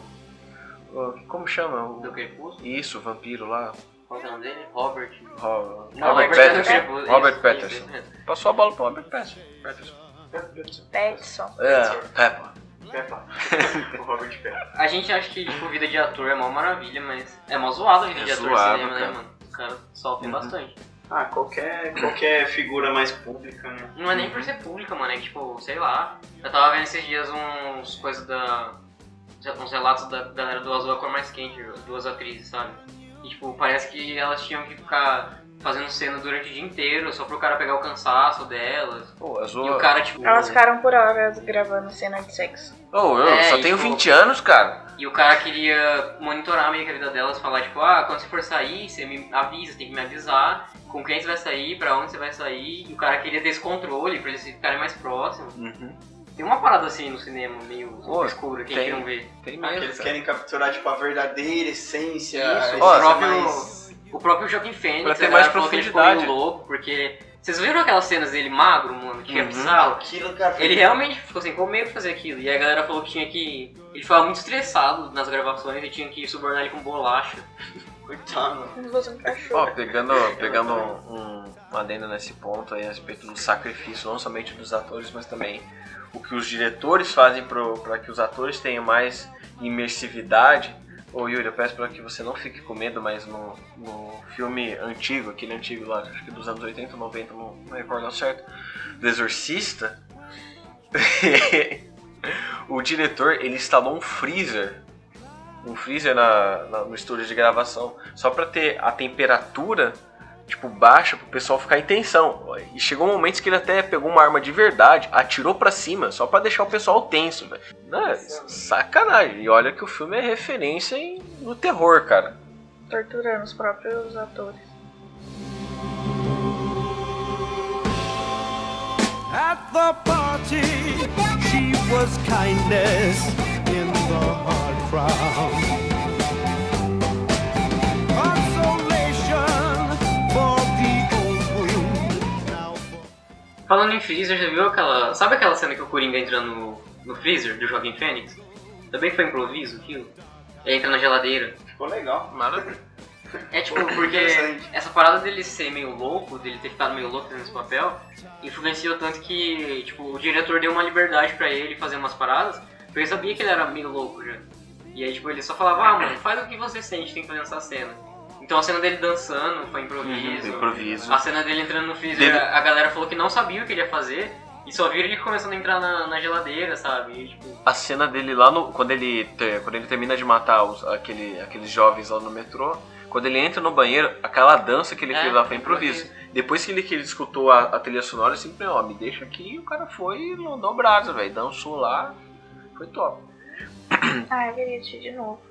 Speaker 3: o- Como chama?
Speaker 2: Do
Speaker 3: O...
Speaker 2: Crepúsculo.
Speaker 3: Isso, o vampiro lá.
Speaker 2: Qual que é o nome dele? Robert.
Speaker 3: Ro-
Speaker 2: Não,
Speaker 3: Robert
Speaker 2: é do
Speaker 3: Patterson.
Speaker 2: Crepúsculo, isso,
Speaker 3: Robert
Speaker 2: isso,
Speaker 3: Patterson.
Speaker 2: isso mesmo.
Speaker 3: Passou a bola pro Robert Patterson. Patterson.
Speaker 1: Petson.
Speaker 3: É, Peppa.
Speaker 5: Peppa. o Robert Peppa.
Speaker 2: A gente acha que, tipo, vida de ator é uma maravilha, mas é mó zoado a vida
Speaker 3: É
Speaker 2: de ator
Speaker 3: zoado,
Speaker 2: cinema,
Speaker 3: cara.
Speaker 2: né, mano? O cara sofre
Speaker 3: Uhum.
Speaker 2: bastante.
Speaker 5: Ah, qualquer, qualquer figura mais pública, né?
Speaker 2: Não é nem por ser pública, mano, é que, tipo, sei lá. Eu tava vendo esses dias uns coisas da. uns relatos da galera do Azul é a Cor Mais Quente, duas atrizes, sabe? E, tipo, parece que elas tinham que ficar fazendo cena durante o dia inteiro só pro cara pegar o cansaço delas.
Speaker 3: Pô, é azul.
Speaker 2: E o cara, tipo.
Speaker 1: Elas ficaram por horas gravando cena de sexo.
Speaker 3: Oh, eu
Speaker 2: É,
Speaker 3: só
Speaker 2: e
Speaker 3: tenho
Speaker 2: tipo-
Speaker 3: 20 anos, cara.
Speaker 2: E o cara queria monitorar meio que a vida delas, falar, tipo, ah, quando você for sair, você me avisa, tem que me avisar com quem você vai sair, pra onde você vai sair. E o cara queria ter esse controle pra eles ficarem mais próximos. Tem uma parada assim no cinema, meio
Speaker 3: Pô,
Speaker 2: escura, quem
Speaker 3: tem.
Speaker 2: que não vê.
Speaker 3: Tem
Speaker 5: Ah, que
Speaker 3: mesmo.
Speaker 5: eles
Speaker 3: cara.
Speaker 5: querem capturar, tipo, a verdadeira essência.
Speaker 2: Isso,
Speaker 5: a
Speaker 2: o
Speaker 5: essência
Speaker 2: próprio-
Speaker 5: mais-
Speaker 2: O próprio Joaquim Fênix,
Speaker 3: Pra ter
Speaker 2: a galera
Speaker 3: mais
Speaker 2: falou que ele
Speaker 3: profundidade.
Speaker 2: Ficou meio louco, porque... Vocês viram aquelas cenas dele magro, mano, que é
Speaker 3: Uhum.
Speaker 2: bizarro?
Speaker 5: Aquilo, cara.
Speaker 2: Ele realmente ficou assim, sem comer pra fazer aquilo. E a galera falou que tinha que... Ele ficava muito estressado nas gravações e tinha que subornar ele com bolacha.
Speaker 5: Coitado.
Speaker 1: Como se fosse um cachorro.
Speaker 3: Ó, pegando, pegando um, um adendo nesse ponto aí a respeito do sacrifício, não somente dos atores, mas também o que os diretores fazem para que os atores tenham mais imersividade. Ô Yuri, eu peço para que você não fique com medo, mas no, no filme antigo, aquele antigo lá, acho que dos anos 80, 90, não, não recordo ao certo, do Exorcista, o diretor ele instalou um freezer um freezer na, na- no estúdio de gravação só pra ter a temperatura tipo baixa pro pessoal ficar em tensão. E chegou um momento que ele até pegou uma arma de verdade, atirou pra cima só pra deixar o pessoal tenso, velho. Não, é Sacanagem. E olha que o filme é referência em- no terror, cara.
Speaker 1: Torturando os próprios atores.
Speaker 4: At the party, she was kindness in the hard crowd. Consolation for the old wound. Now for
Speaker 2: Falando em freezer, já viu aquela. Sabe aquela cena que o Coringa entra no, no freezer do Joaquim Fênix? Também foi improviso aquilo? Ele entra na geladeira.
Speaker 5: Ficou legal.
Speaker 3: Maravilha.
Speaker 2: É tipo, porque
Speaker 5: Interessante.
Speaker 2: essa parada dele ser meio louco, dele ter ficado meio louco nesse papel, influenciou tanto que, tipo, o diretor deu uma liberdade pra ele fazer umas paradas, porque ele sabia que ele era meio louco já. E aí, tipo, ele só falava, ah, mano, faz o que você sente, tem que fazer nessa cena. Então a cena dele dançando foi improviso.
Speaker 3: Uhum, Improviso.
Speaker 2: A cena dele entrando no freezer,
Speaker 3: Dele-
Speaker 2: a galera falou que não sabia o que ele ia fazer e só viram ele começando a entrar na, na geladeira, sabe? E, tipo,
Speaker 3: A cena dele lá no. Quando ele, ter- quando ele termina de matar os, aquele, aqueles jovens lá no metrô. Quando ele entra no banheiro, aquela dança que ele
Speaker 2: É,
Speaker 3: fez lá foi improviso. Depois que ele, que ele escutou a, a trilha sonora, assim, ó, me deixa aqui, e o cara foi e mandou o braço, velho. Dançou lá, foi top.
Speaker 1: Ah, eu queria assistir de novo.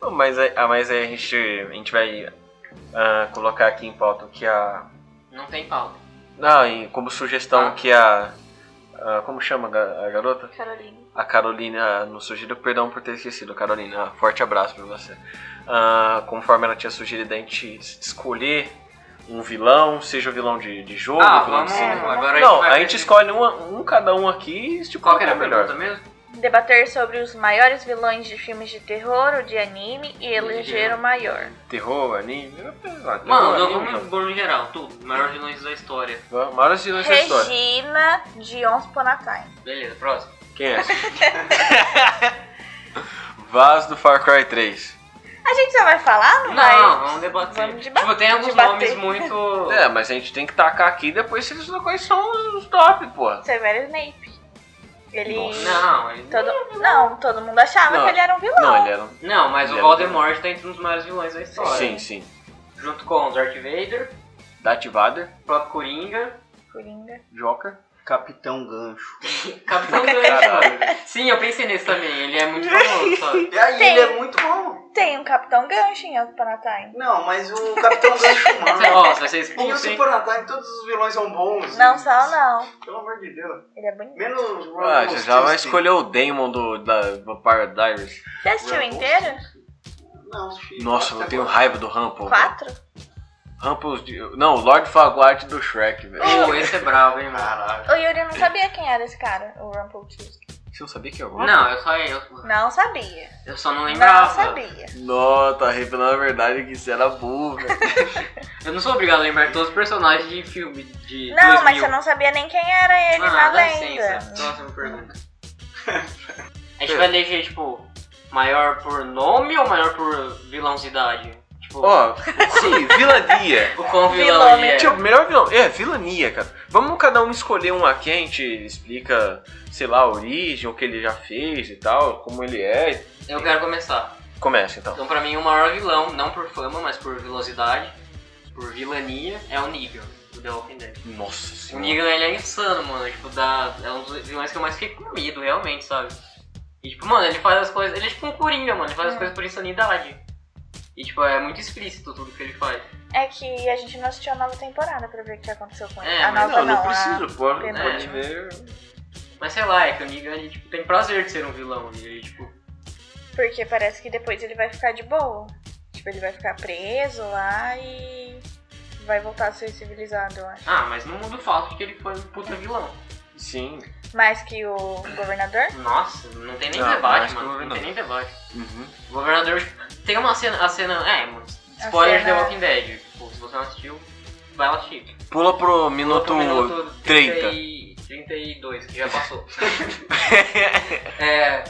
Speaker 3: Bom, Mas, aí- ah, mas aí a gente, a gente vai ah, colocar aqui em pauta que a.
Speaker 2: não tem pauta.
Speaker 3: Não, e como sugestão
Speaker 2: Ah.
Speaker 3: que a. a- como chama a ga- a garota?
Speaker 1: Carolina.
Speaker 3: A Carolina nos sugeriu, perdão por ter esquecido, Carolina, ah, forte abraço pra você. Ah, conforme ela tinha sugerido a gente escolher um vilão, seja o vilão de, de jogo,
Speaker 2: Ah,
Speaker 3: vilão
Speaker 2: vamos.
Speaker 3: de cinema.
Speaker 2: Agora
Speaker 3: Não,
Speaker 2: vai
Speaker 3: a gente
Speaker 2: fazer-
Speaker 3: escolhe um, um cada um aqui e tipo,
Speaker 2: Qual que era a
Speaker 3: é melhor.
Speaker 2: pergunta mesmo?
Speaker 1: Debater sobre os maiores vilões de filmes de terror ou de anime e eleger o maior.
Speaker 3: Terror, anime? eu penso, ah, terror,
Speaker 2: Mano, não,
Speaker 3: anime,
Speaker 2: vamos bom em geral, tudo. Maior vilões da história.
Speaker 3: Vamos- Maiores vilões da história.
Speaker 1: Regina de Once Upon a Time.
Speaker 2: Beleza, próximo.
Speaker 3: Quem é? esse? Vaz do Far Cry 3.
Speaker 1: A gente só vai falar, não,
Speaker 2: Não,
Speaker 1: vai?
Speaker 2: vamos debater.
Speaker 1: Vamos deba-
Speaker 2: tipo, tem alguns
Speaker 1: debater.
Speaker 2: nomes muito.
Speaker 3: É, mas a gente tem que tacar aqui depois se eles não quais são os- os top, pô.
Speaker 1: Severo Snape. Ele.
Speaker 3: Nossa.
Speaker 2: Não, ele-
Speaker 1: Todo... Não, todo mundo achava
Speaker 3: Não.
Speaker 1: que ele era um vilão.
Speaker 3: Não, ele era um.
Speaker 2: não, mas
Speaker 3: Ele
Speaker 2: o
Speaker 3: era
Speaker 2: Voldemort tá entre os maiores vilões da história.
Speaker 3: Sim, sim.
Speaker 2: Junto com Darth Vader,
Speaker 3: Darth Vader,
Speaker 2: o próprio Coringa,
Speaker 1: Coringa.
Speaker 3: Joker.
Speaker 5: Capitão Gancho.
Speaker 2: Capitão Gancho. Sim, eu pensei nesse também, ele é muito famoso, sabe?
Speaker 5: E aí,
Speaker 1: Tem.
Speaker 5: ele é muito bom.
Speaker 1: Tem um Capitão Gancho em Once Upon a Time.
Speaker 5: Não, mas o Capitão Gancho
Speaker 2: Você-
Speaker 5: humano.
Speaker 2: Ó, você vai ser
Speaker 1: um
Speaker 5: Em o
Speaker 2: expulso, hein?
Speaker 5: Supernatime, todos os vilões são bons.
Speaker 1: Não são, não.
Speaker 5: Pelo amor de Deus.
Speaker 1: Ele é bonito.
Speaker 5: Menos o assim.
Speaker 3: Ah,
Speaker 5: Ronald
Speaker 3: já, já vai
Speaker 5: Stilson.
Speaker 3: escolher o Damon do, da Vampire Diaries.
Speaker 1: Você assistiu
Speaker 5: Não.
Speaker 1: inteiro?
Speaker 5: Não, filho. tá
Speaker 3: Nossa, eu tenho raiva do Rampo.
Speaker 1: Quatro?
Speaker 3: Rampos de. Não, Lord Faguard do Shrek, velho.
Speaker 2: Pô, esse é bravo, hein, mano.
Speaker 5: Caralho.
Speaker 1: O Yuri não sabia quem era esse cara, o Rumpelstiltskin.
Speaker 3: Você não sabia que é o Rumpel?
Speaker 2: Não, eu só, eu,
Speaker 1: Não sabia.
Speaker 2: eu só não lembrava.
Speaker 1: Não sabia.
Speaker 3: Não, tá revelando a verdade que você era burro, velho.
Speaker 2: Eu não sou obrigado a lembrar todos os personagens de filme de
Speaker 1: Não,
Speaker 2: 2000.
Speaker 1: mas eu não sabia nem quem era ele na
Speaker 2: Ah, dá licença.
Speaker 1: lenda.
Speaker 2: Próxima pergunta. A gente vai eleger, tipo, maior por nome ou maior por vilãosidade? Tipo,
Speaker 3: Ó, sim, vilania.
Speaker 2: o quão vilão
Speaker 1: vilão,
Speaker 2: ele é.
Speaker 1: né?
Speaker 3: Tipo, melhor vilão. É, vilania, cara. Vamos cada um escolher um aqui, a gente explica, sei lá, a origem, o que ele já fez e tal, como ele é.
Speaker 2: Eu quero começar.
Speaker 3: Começa então.
Speaker 2: Então, pra mim, o maior vilão, não por fama, mas por velocidade, por vilania, é o Negan, do The Walking Dead.
Speaker 3: Nossa
Speaker 2: O
Speaker 3: senhora.
Speaker 2: Negan, ele é insano, mano. Tipo, dá, é um dos vilões que eu mais fiquei com medo, realmente, sabe? E, tipo, mano, ele faz as coisas... Ele é tipo um coringa, mano. Ele faz as
Speaker 1: É.
Speaker 2: coisas por insanidade. E, tipo, é muito explícito tudo que ele faz.
Speaker 1: É que a gente não assistiu a nova temporada pra ver o que aconteceu com ele.
Speaker 2: É,
Speaker 1: a
Speaker 2: mas
Speaker 1: nova
Speaker 3: Não, não
Speaker 1: a-
Speaker 3: preciso, pode,
Speaker 1: ah, pena.
Speaker 3: pode ver.
Speaker 2: Mas, sei lá, é que o Negan, ele, tipo, tem prazer de ser um vilão. Ele, tipo...
Speaker 1: Porque parece que depois ele vai ficar de boa. Tipo, ele vai ficar preso lá e vai voltar a ser civilizado, eu acho.
Speaker 2: Ah, mas não muda o fato de que ele foi um puta vilão.
Speaker 3: Sim.
Speaker 1: Mais que o governador?
Speaker 2: Nossa, não tem nem
Speaker 3: Não,
Speaker 2: debate,
Speaker 3: acho que
Speaker 2: mano.
Speaker 3: não.
Speaker 2: Não tem nem debate.
Speaker 3: Uhum.
Speaker 2: O governador tipo, tem uma cena. A cena. É, mano. Spoiler de
Speaker 1: cena-
Speaker 2: The Walking Dead. Tipo, se você não assistiu, vai assistir.
Speaker 3: Pula pro
Speaker 2: Pula
Speaker 3: minuto,
Speaker 2: pro minuto
Speaker 3: 30.
Speaker 2: e- 32, que já passou. é,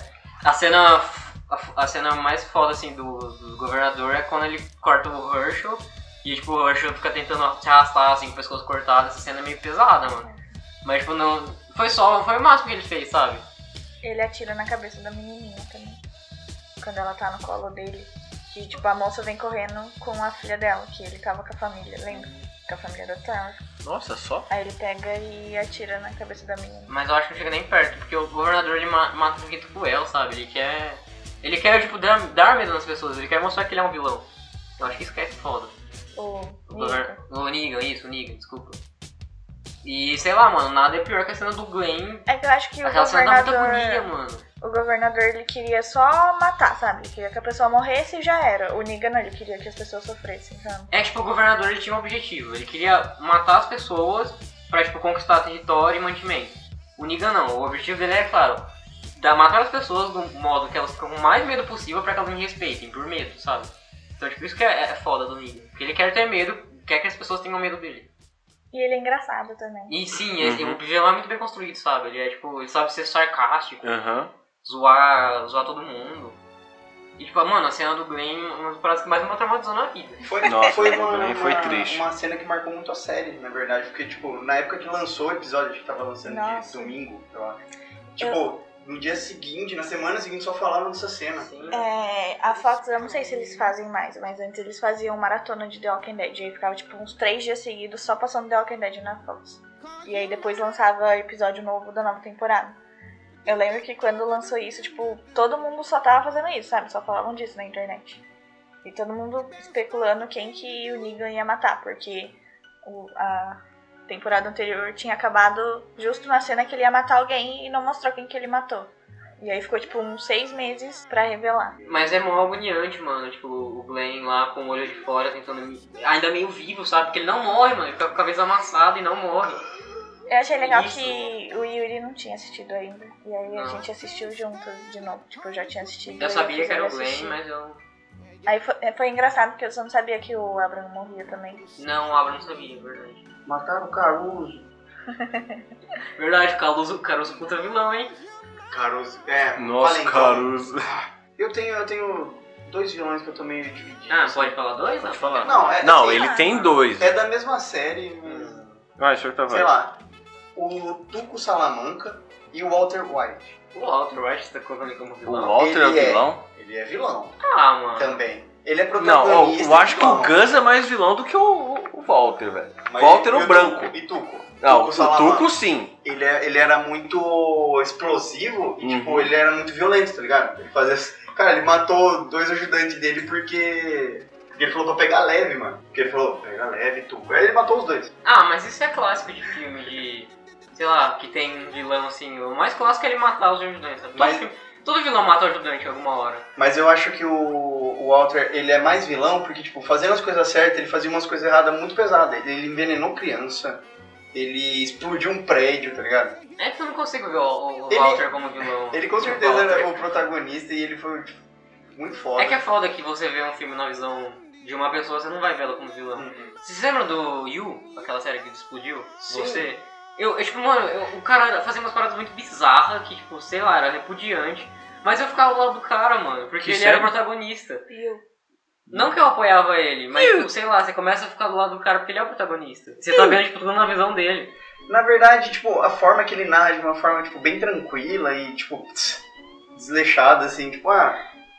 Speaker 2: a cena. A, a cena mais foda assim do, do governador é quando ele corta o Herschel. E tipo, o Herschel fica tentando se arrastar assim com o pescoço cortado. Essa cena é meio pesada, mano. Mas tipo, não. Foi só, foi o máximo que ele fez, sabe?
Speaker 1: Ele atira na cabeça da menininha também. Quando ela tá no colo dele. E, tipo, a moça vem correndo com a filha dela, que ele tava com a família, lembra? Com a família da Tara.
Speaker 3: Nossa, só?
Speaker 1: Aí ele pega e atira na cabeça da menina.
Speaker 2: Mas eu acho que não chega nem perto, porque o governador ele ma- mata um jeito cruel, sabe? Ele quer. Ele quer, tipo, dar, dar medo nas pessoas, ele quer mostrar que ele é um vilão. Eu acho que isso que é foda.
Speaker 1: O
Speaker 2: O
Speaker 1: Nico.
Speaker 2: gover- O Negan, isso, o Negan, desculpa. E sei lá, mano, nada é pior que a cena do Glenn.
Speaker 1: É que eu acho que o
Speaker 2: Aquela cena dá muita agonia,
Speaker 1: governador,
Speaker 2: mano.
Speaker 1: o governador ele queria só matar, sabe? Ele queria que a pessoa morresse e já era. O Negan não, ele queria que as pessoas sofressem, sabe?
Speaker 2: É que, tipo, o governador ele tinha um objetivo. Ele queria matar as pessoas pra, tipo, conquistar território e mantimento. O Negan não. O objetivo dele é, claro, dar, matar as pessoas do modo que elas ficam com o mais medo possível pra que elas me respeitem, por medo, sabe? Então, tipo, isso que é, é foda do Negan. Porque ele quer ter medo, quer que as pessoas tenham medo dele.
Speaker 1: E ele é engraçado também.
Speaker 2: E sim, ele-
Speaker 3: Uhum.
Speaker 2: o vilão é muito bem construído, sabe? Ele é, tipo, ele sabe ser sarcástico
Speaker 3: Aham.
Speaker 2: zoar, zoar todo mundo. E tipo, mano, a cena do Glenn é uma das paradas que mais me traumatizou na vida.
Speaker 5: Foi,
Speaker 3: Nossa,
Speaker 5: foi,
Speaker 3: tudo bem,
Speaker 5: uma,
Speaker 3: foi
Speaker 5: uma-
Speaker 3: triste.
Speaker 5: uma cena que marcou muito a série, na verdade. Porque, tipo, na época que lançou o episódio, que tava lançando
Speaker 1: Nossa.
Speaker 5: de domingo, eu acho. Tipo, no dia seguinte, na semana seguinte, só falaram dessa cena.
Speaker 1: É, a Fox, eu não sei se eles fazem mais, mas antes eles faziam maratona de The Walking Dead. E aí ficava tipo uns três dias seguidos só passando The Walking Dead na Fox. E aí depois lançava episódio novo da nova temporada. Eu lembro que quando lançou isso, tipo, todo mundo só tava fazendo isso, sabe? Só falavam disso na internet. E todo mundo especulando quem que o Negan ia matar, porque o- a temporada anterior tinha acabado justo na cena que ele ia matar alguém e não mostrou quem que ele matou. E aí ficou tipo uns seis meses pra revelar.
Speaker 2: Mas é mó agoniante, mano. Tipo, o Glenn lá com o olho de fora tentando. me- Ainda meio vivo, sabe? Porque ele não morre, mano. Ele fica com a cabeça amassada e não morre.
Speaker 1: Eu achei legal
Speaker 2: Isso.
Speaker 1: que o Yuri não tinha assistido ainda. E aí a
Speaker 2: Não.
Speaker 1: gente assistiu juntos de novo. Tipo, eu já tinha assistido.
Speaker 2: Eu sabia que era o Glenn,
Speaker 1: Glen
Speaker 2: mas eu.
Speaker 1: Aí foi, é, foi engraçado porque eu só não sabia que o Abraham morria também.
Speaker 2: Não, o Abra não sabia, é verdade.
Speaker 5: Mataram o Caruso.
Speaker 2: Verdade, o Caruso, o Caruso é puta vilão, hein?
Speaker 5: Caruso, é.
Speaker 3: Nossa,
Speaker 5: valentão.
Speaker 3: Caruso.
Speaker 5: Eu tenho, eu tenho dois vilões que eu tô meio dividido.
Speaker 2: Ah, pode falar dois?
Speaker 3: Pode falar.
Speaker 5: Não, é,
Speaker 3: Não,
Speaker 5: assim,
Speaker 3: ele tem dois.
Speaker 5: É da mesma série, mas.
Speaker 3: Vai, senhor
Speaker 5: Sei
Speaker 3: Tavares.
Speaker 5: lá. O Tuco Salamanca e o Walter White.
Speaker 2: O Walter, eu acho que você tá colocando ele como
Speaker 3: O
Speaker 2: vilão.
Speaker 3: Walter é o
Speaker 5: Ele é.
Speaker 3: vilão?
Speaker 5: Ele é vilão
Speaker 2: Ah, mano.
Speaker 5: também. Ele é
Speaker 3: Não,
Speaker 5: protagonista. então.
Speaker 3: ó, eu acho que o
Speaker 5: vilão.
Speaker 3: Gus é mais vilão do que o, o Walter, velho.
Speaker 5: Mas
Speaker 3: Walter
Speaker 5: e
Speaker 3: é o branco.
Speaker 5: Tuco? E Tuco?
Speaker 3: Não, o
Speaker 5: Salamanca.
Speaker 3: Tuco sim.
Speaker 5: Ele, é- ele era muito explosivo e,
Speaker 3: Uhum.
Speaker 5: tipo, ele era muito violento, tá ligado? Ele fazia... Cara, ele matou dois ajudantes dele porque... Porque ele falou pra pegar leve, mano. Porque ele falou, pega leve, Tuco. Aí ele matou os dois.
Speaker 2: Ah, mas isso é clássico de filme de. Sei lá, que tem um vilão assim. O mais clássico é ele matar os ajudantes. sabe? Todo
Speaker 5: Mas-
Speaker 2: filme- Todo vilão mata o ajudante em alguma hora.
Speaker 5: Mas eu acho que o... o, o Walter, ele é mais vilão porque, tipo, fazendo as coisas certas, ele fazia umas coisas erradas muito pesadas. Ele, ele envenenou criança, ele explodiu um prédio, tá ligado?
Speaker 2: É que eu não consigo ver o, o
Speaker 5: Ele-
Speaker 2: Walter como vilão.
Speaker 5: Ele com
Speaker 2: O
Speaker 5: certeza
Speaker 2: um Walter.
Speaker 5: era o protagonista e ele foi, tipo, muito foda.
Speaker 2: É que é foda que você vê um filme na visão de uma pessoa, você não vai vê-la como vilão.
Speaker 5: Uhum.
Speaker 2: Vocês lembram do Yu, aquela série que explodiu?
Speaker 5: Sim.
Speaker 2: Você? Eu, eu, tipo, mano, eu- o cara fazia umas paradas muito bizarras que, tipo, sei lá, era repudiante. Mas eu ficava do lado do cara, mano, porque
Speaker 3: Que
Speaker 2: ele
Speaker 3: série?
Speaker 2: era o protagonista.
Speaker 1: Viu?
Speaker 2: Não que eu apoiava ele, mas, tipo, sei lá, você começa a ficar do lado do cara porque ele é o protagonista. Você tá vendo, tipo, tudo na visão dele.
Speaker 5: Na verdade, tipo, a forma que ele narra de uma forma, tipo, bem tranquila e, tipo, tss, desleixada, assim, tipo, ah,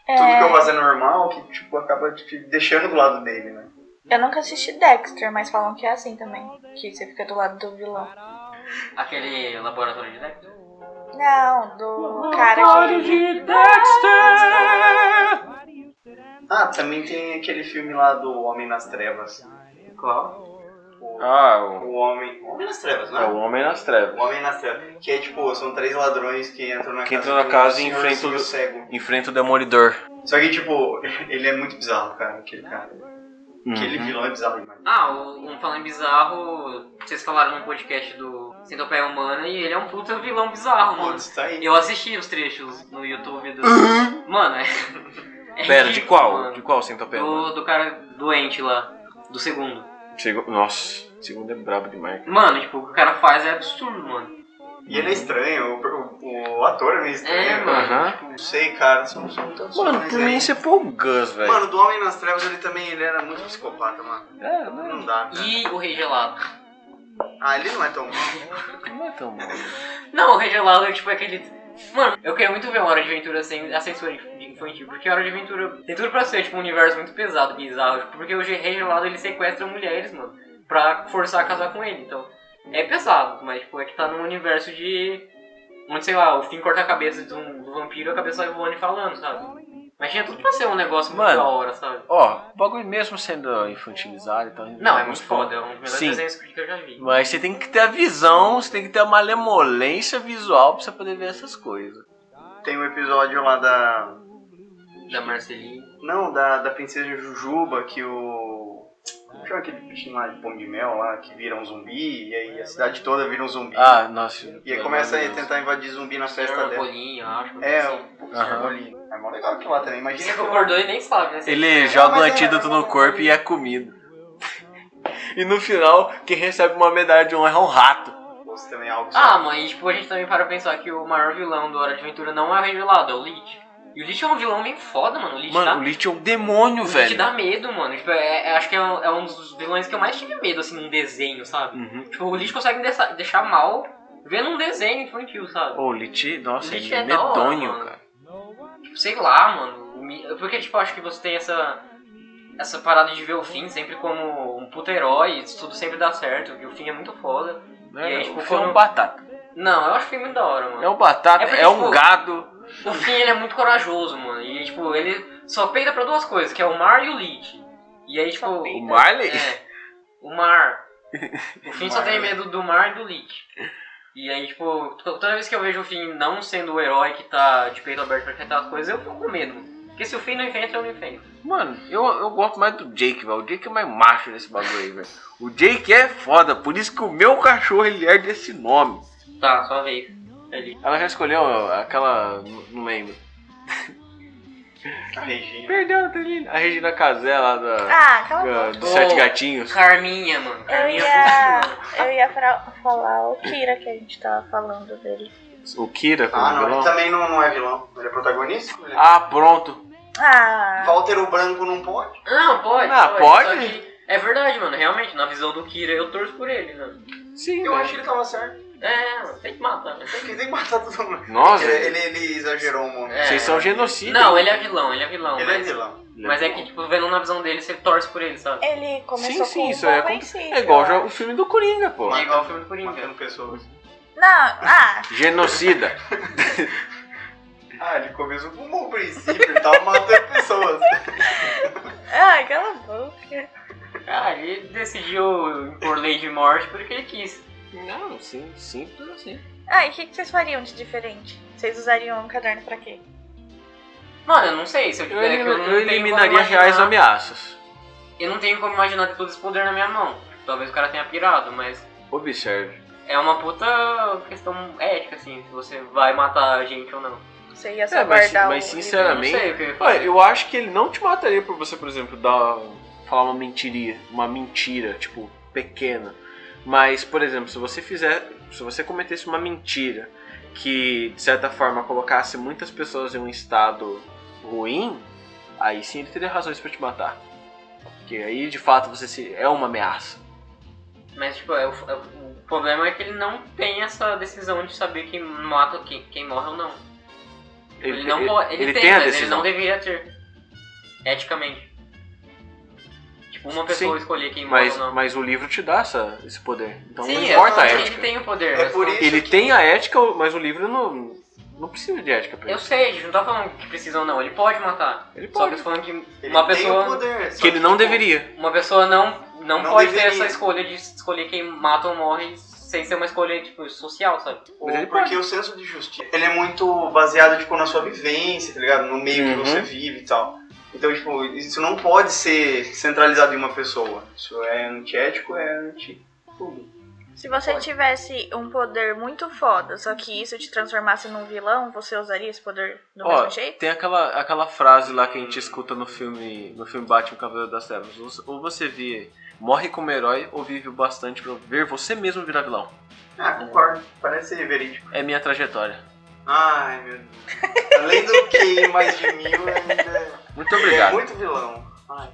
Speaker 5: tudo que eu
Speaker 1: É,
Speaker 5: faço é normal, que, tipo, acaba te deixando do lado dele, né?
Speaker 1: eu nunca assisti Dexter, mas falam que é assim também. Que você fica do lado do vilão.
Speaker 2: Aquele laboratório de Dexter.
Speaker 1: Não, do cara que.
Speaker 5: Ah, também tem aquele filme lá do Homem nas Trevas.
Speaker 2: Qual?
Speaker 5: O,
Speaker 3: Ah, o,
Speaker 5: o Homem. Homem nas Trevas,
Speaker 3: é o Homem nas Trevas.
Speaker 5: O Homem nas Trevas. Que é tipo, são três ladrões que entram na
Speaker 3: Que
Speaker 5: casa.
Speaker 3: entram na
Speaker 5: de um
Speaker 3: casa e
Speaker 5: senhorzinho
Speaker 3: enfrentam o-
Speaker 5: cego.
Speaker 3: Enfrenta o Demolidor.
Speaker 5: Só que, tipo, ele é muito bizarro, cara, aquele cara. Aquele
Speaker 3: Uhum.
Speaker 5: vilão é bizarro demais.
Speaker 2: Ah, o, um falando bizarro, vocês falaram no podcast do Centopeia Humana e ele é um puta vilão bizarro, Ah, mano.
Speaker 5: Putz, tá aí.
Speaker 2: Eu assisti os trechos no YouTube do. Mano, é. é
Speaker 3: Pera, de
Speaker 2: ridículo,
Speaker 3: qual?
Speaker 2: mano.
Speaker 3: De qual tá centopeia?
Speaker 2: Do, do cara doente lá. Do segundo.
Speaker 3: Segu- Nossa, o segundo é brabo demais.
Speaker 2: Mano, tipo, o que o cara faz é absurdo, mano.
Speaker 5: E ele é estranho, o, o, o ator é meio
Speaker 2: É,
Speaker 5: estranho.
Speaker 2: mano.
Speaker 3: Aham.
Speaker 2: tipo,
Speaker 5: Não sei, cara, são, são tantos
Speaker 3: Mano,
Speaker 5: vilões
Speaker 3: Então, por
Speaker 5: aí.
Speaker 3: mim você pôr o Gus, velho.
Speaker 5: Mano, do Homem nas Trevas ele também ele era muito psicopata, mano.
Speaker 3: É, não,
Speaker 5: Não dá, cara.
Speaker 2: E o Rei Gelado.
Speaker 5: Ah, ele não é tão bom.
Speaker 3: não é tão bom.
Speaker 2: Não, o Rei Gelado, tipo, é aquele. Mano, eu queria muito ver uma Hora de Aventura sem a censura infantil, porque a Hora de Aventura tem tudo pra ser, tipo, um universo muito pesado, bizarro, tipo, porque o Rei Gelado, ele sequestra mulheres, mano, pra forçar a casar com ele, então, é pesado, mas, tipo, é que tá num universo de, onde, sei lá, o Finn corta a cabeça de um, do vampiro e a cabeça vai voando e falando, sabe? Mas tinha tudo pra ser um negócio muito
Speaker 3: Mano.
Speaker 2: da hora, sabe?
Speaker 3: Ó, o bagulho mesmo sendo infantilizado e tal.
Speaker 2: Não, é muito foda, é um dos melhores
Speaker 3: Sim.
Speaker 2: desenhos que eu já vi.
Speaker 3: Mas você tem que ter a visão, você tem que ter a malemolência visual pra você poder ver essas coisas.
Speaker 5: Tem um episódio lá da.
Speaker 2: Da Marceline.
Speaker 5: Não, da, da princesa Jujuba, que o. Como chama aquele bichinho lá de pão de mel lá, que vira um zumbi, e aí a cidade toda vira um zumbi.
Speaker 3: Ah, nossa.
Speaker 5: e aí começa
Speaker 3: meu
Speaker 5: a
Speaker 3: Deus.
Speaker 5: tentar invadir zumbi na festa
Speaker 2: Senhor
Speaker 5: dela.
Speaker 2: Bolinho, acho. uma coisa
Speaker 5: É,
Speaker 2: assim.
Speaker 5: o
Speaker 3: Aham.
Speaker 5: Cerbolinho. É mó legal aquilo lá também. Imagina é
Speaker 2: Você
Speaker 5: que
Speaker 2: concordou e nem sabe, né?
Speaker 3: Ele joga um antídoto no corpo e é comido. E no final, quem recebe uma medalha de honra é um rato.
Speaker 5: fosse também algo
Speaker 2: Ah, mãe, tipo, a gente também para pensar que o maior vilão do Hora de Aventura não é o revelado, é o Lich. E o Lich é um vilão bem foda, mano. O Lich dá...
Speaker 3: Mano, o Lich é um demônio,
Speaker 2: o Lich
Speaker 3: velho.
Speaker 2: dá medo, mano. Tipo, é, é- acho que é um, é um dos vilões que eu mais tive medo, assim, num desenho, sabe?
Speaker 3: Uhum.
Speaker 2: Tipo, o Lich consegue me deixar- deixar mal vendo um desenho infantil, sabe?
Speaker 3: Ô, o Lich,
Speaker 2: O
Speaker 3: nossa,
Speaker 2: Lich
Speaker 3: ele é
Speaker 2: é da hora,
Speaker 3: medonho,
Speaker 2: mano.
Speaker 3: cara.
Speaker 2: Tipo, sei lá, mano. o mi- Porque, tipo, acho que você tem essa... Essa parada de ver o Finn sempre como um puta herói, isso tudo sempre dá certo, que o Finn é muito foda. E aí,
Speaker 3: É,
Speaker 2: tipo,
Speaker 3: o Finn é
Speaker 2: quando-
Speaker 3: um batata.
Speaker 2: Não, eu acho o Finn muito da hora, mano.
Speaker 3: É um batata,
Speaker 2: É porque,
Speaker 3: é um
Speaker 2: tipo,
Speaker 3: gado.
Speaker 2: O Finn, ele é muito corajoso, mano. E, tipo, ele só peida pra duas coisas, que é o mar e o Lich. E aí, tipo...
Speaker 3: O Marley?
Speaker 2: É, o mar. O Finn só
Speaker 5: Marley.
Speaker 2: tem medo do mar e do Lich. E aí, tipo, to- toda vez que eu vejo o Finn não sendo o herói que tá de peito aberto pra enfrentar as coisas, eu fico com medo. Porque se o Finn não enfrenta, eu não enfrento.
Speaker 3: Mano, eu, eu gosto mais do Jake, velho. O Jake é mais macho nesse bagulho aí, velho. O Jake é foda, por isso que o meu cachorro ele é desse nome.
Speaker 2: Tá, só vez. Ele.
Speaker 3: Ela já escolheu aquela. n- Não lembro.
Speaker 5: a Regina.
Speaker 3: Perdeu, Thelina. A Regina Casé lá da.
Speaker 1: Ah, aquela
Speaker 3: da-
Speaker 1: boca.
Speaker 3: dos Sete
Speaker 2: Oh.
Speaker 3: Gatinhos.
Speaker 2: Carminha, mano.
Speaker 1: Eu
Speaker 2: Carminha é
Speaker 1: ia,
Speaker 2: funciona.
Speaker 1: eu ia pra- falar o Kira que a gente tava falando dele.
Speaker 3: O Kira, como
Speaker 5: Ah, não,
Speaker 3: vilão.
Speaker 5: ele também não, não é vilão. Ele é protagonista? Ele é-
Speaker 3: Ah, pronto.
Speaker 1: Ah,
Speaker 5: Walter o Branco não pode?
Speaker 2: Não, pode.
Speaker 3: Ah,
Speaker 2: só
Speaker 3: pode?
Speaker 2: que É verdade, mano. Realmente, na visão do Kira, eu torço por ele, mano.
Speaker 3: Sim. né?
Speaker 5: Eu
Speaker 3: velho.
Speaker 5: acho que ele tava certo.
Speaker 2: É, mano, tem que matar. né?
Speaker 5: Tem que, tem que matar todo mundo.
Speaker 3: Nossa,
Speaker 5: Ele, ele, ele exagerou um momento.
Speaker 2: É.
Speaker 3: vocês são genocídios.
Speaker 2: Não, ele é vilão, ele é vilão.
Speaker 5: Ele é
Speaker 2: mas,
Speaker 5: vilão.
Speaker 2: mas é que, tipo, vendo na visão dele, você torce por ele, sabe?
Speaker 1: ele
Speaker 3: Sim,
Speaker 1: começou
Speaker 3: sim,
Speaker 1: com
Speaker 3: isso
Speaker 1: um bom
Speaker 3: é com-
Speaker 1: princípio,
Speaker 3: É igual
Speaker 1: eu
Speaker 3: já
Speaker 1: acho.
Speaker 3: o filme do Coringa, pô.
Speaker 2: É igual o filme do Coringa.
Speaker 5: Matando pessoas.
Speaker 1: Não, ah,
Speaker 3: Genocida.
Speaker 5: Ah, ele começou com um bom princípio. Ele tava matando pessoas.
Speaker 1: ah, aquela boca.
Speaker 2: Ah, ele decidiu impor lei de morte porque ele quis.
Speaker 3: não, sim, simples assim.
Speaker 1: Ah, e o que, que vocês fariam de diferente? Vocês usariam um caderno pra quê?
Speaker 2: Mano, eu não sei. Se eu
Speaker 3: Eu,
Speaker 2: tiver é que eu, não
Speaker 3: elimina- eu
Speaker 2: tenho como
Speaker 3: eliminaria
Speaker 2: imaginar-
Speaker 3: reais ameaças.
Speaker 2: Eu não tenho como imaginar ter todo esse poder é na minha mão. Talvez o cara tenha pirado, mas
Speaker 3: Observe.
Speaker 2: é uma puta questão ética, assim, se você vai matar a gente ou não.
Speaker 1: Você ia só
Speaker 3: É, mas-
Speaker 1: guardar
Speaker 3: mas
Speaker 1: o...
Speaker 2: Eu
Speaker 3: sinceramente-
Speaker 2: não sei o que eu ia fazer.
Speaker 3: Olha, eu acho que ele não te mataria por você, por exemplo, dar falar uma mentiria, uma mentira, tipo, pequena. Mas, por exemplo, se você fizer, se você cometesse uma mentira que de certa forma colocasse muitas pessoas em um estado ruim, aí sim ele teria razões pra te matar. Porque aí de fato você se, é uma ameaça.
Speaker 2: Mas, tipo, é, o, é o- o problema é que ele não tem essa decisão de saber quem mata, quem, quem morre ou não. Ele, não pode. Ele,
Speaker 3: ele
Speaker 2: tem,
Speaker 3: tem a
Speaker 2: mas ele
Speaker 3: decisão.
Speaker 2: não deveria ter. Eticamente. Tipo, uma pessoa escolher quem morre
Speaker 3: Mas,
Speaker 2: ou não.
Speaker 3: mas o livro te dá essa- esse poder. Então não
Speaker 2: Sim, é
Speaker 3: importa a
Speaker 2: eu,
Speaker 3: ética.
Speaker 2: ele tem o poder.
Speaker 5: É
Speaker 2: mas
Speaker 5: por
Speaker 2: não-
Speaker 5: isso-
Speaker 3: Ele tem a ética, mas o livro não, não precisa de ética pra
Speaker 2: Eu
Speaker 3: isso.
Speaker 2: sei, a gente não tá falando que precisa ou não. Ele pode matar.
Speaker 3: Ele
Speaker 2: Só que
Speaker 3: pode.
Speaker 2: eu tô falando que
Speaker 5: Ele
Speaker 2: uma
Speaker 5: tem o
Speaker 2: pessoa,
Speaker 5: poder. só
Speaker 3: Que ele não
Speaker 5: tipo,
Speaker 3: deveria.
Speaker 2: uma pessoa não, não,
Speaker 5: Não
Speaker 2: pode ter
Speaker 5: deveria.
Speaker 2: essa escolha de escolher quem mata ou morre sem ser uma escolha tipo, social, sabe?
Speaker 5: Ou
Speaker 3: Mas ele
Speaker 5: porque o senso de justiça ele é muito baseado tipo, na sua vivência, tá ligado? No meio
Speaker 3: Uhum.
Speaker 5: que você vive e tal. Então, tipo, isso não pode ser centralizado em uma pessoa. Isso é antiético, é anti tudo.
Speaker 1: Se você
Speaker 5: Pode.
Speaker 1: tivesse um poder muito foda, só que isso te transformasse num vilão, você usaria esse poder do
Speaker 3: Ó,
Speaker 1: mesmo jeito?
Speaker 3: tem aquela, aquela frase lá que a gente escuta no filme no filme Batman Cavaleiro das Trevas. Ou, ou você vê, morre como herói, ou vive o bastante pra ver você mesmo virar vilão.
Speaker 5: Ah, concordo. Parece verídico.
Speaker 3: É minha trajetória.
Speaker 5: Ai, meu Deus. Além do que mais de mil, ainda
Speaker 3: Muito
Speaker 5: é
Speaker 3: obrigado.
Speaker 5: muito vilão. Ai.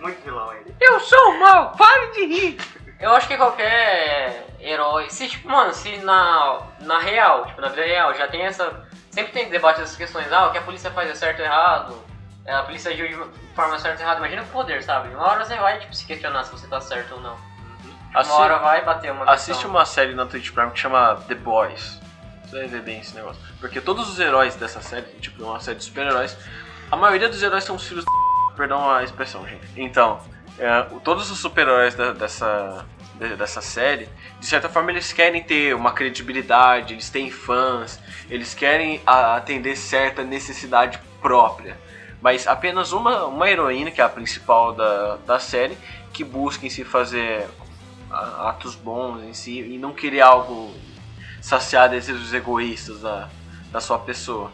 Speaker 5: Muito vilão ele.
Speaker 3: Eu sou mal, pare de rir.
Speaker 2: Eu acho que qualquer herói. Se, tipo, mano, se na, na real, tipo, na vida real, já tem essa. Sempre tem debate dessas questões, ah, o que a polícia faz é certo ou errado, é, a polícia agiu de forma certa ou errada, imagina o poder, sabe? Uma hora você vai, tipo, se questionar se você tá certo ou não. Uma hora vai bater uma
Speaker 3: Assiste
Speaker 2: questão.
Speaker 3: uma série na Twitch Prime que chama The Boys. Você vai ver bem esse negócio. Porque todos os heróis dessa série, tipo, é uma série de super-heróis, a maioria dos heróis são os filhos da... Perdão a expressão, gente. Então, é, o- todos os super-heróis da- dessa, de- dessa série, de certa forma, eles querem ter uma credibilidade, eles têm fãs, eles querem a- atender certa necessidade própria. Mas apenas uma, uma heroína, que é a principal da, da série, que busca em se fazer a- atos bons em si e não querer algo saciar desejos egoístas da, da sua pessoa.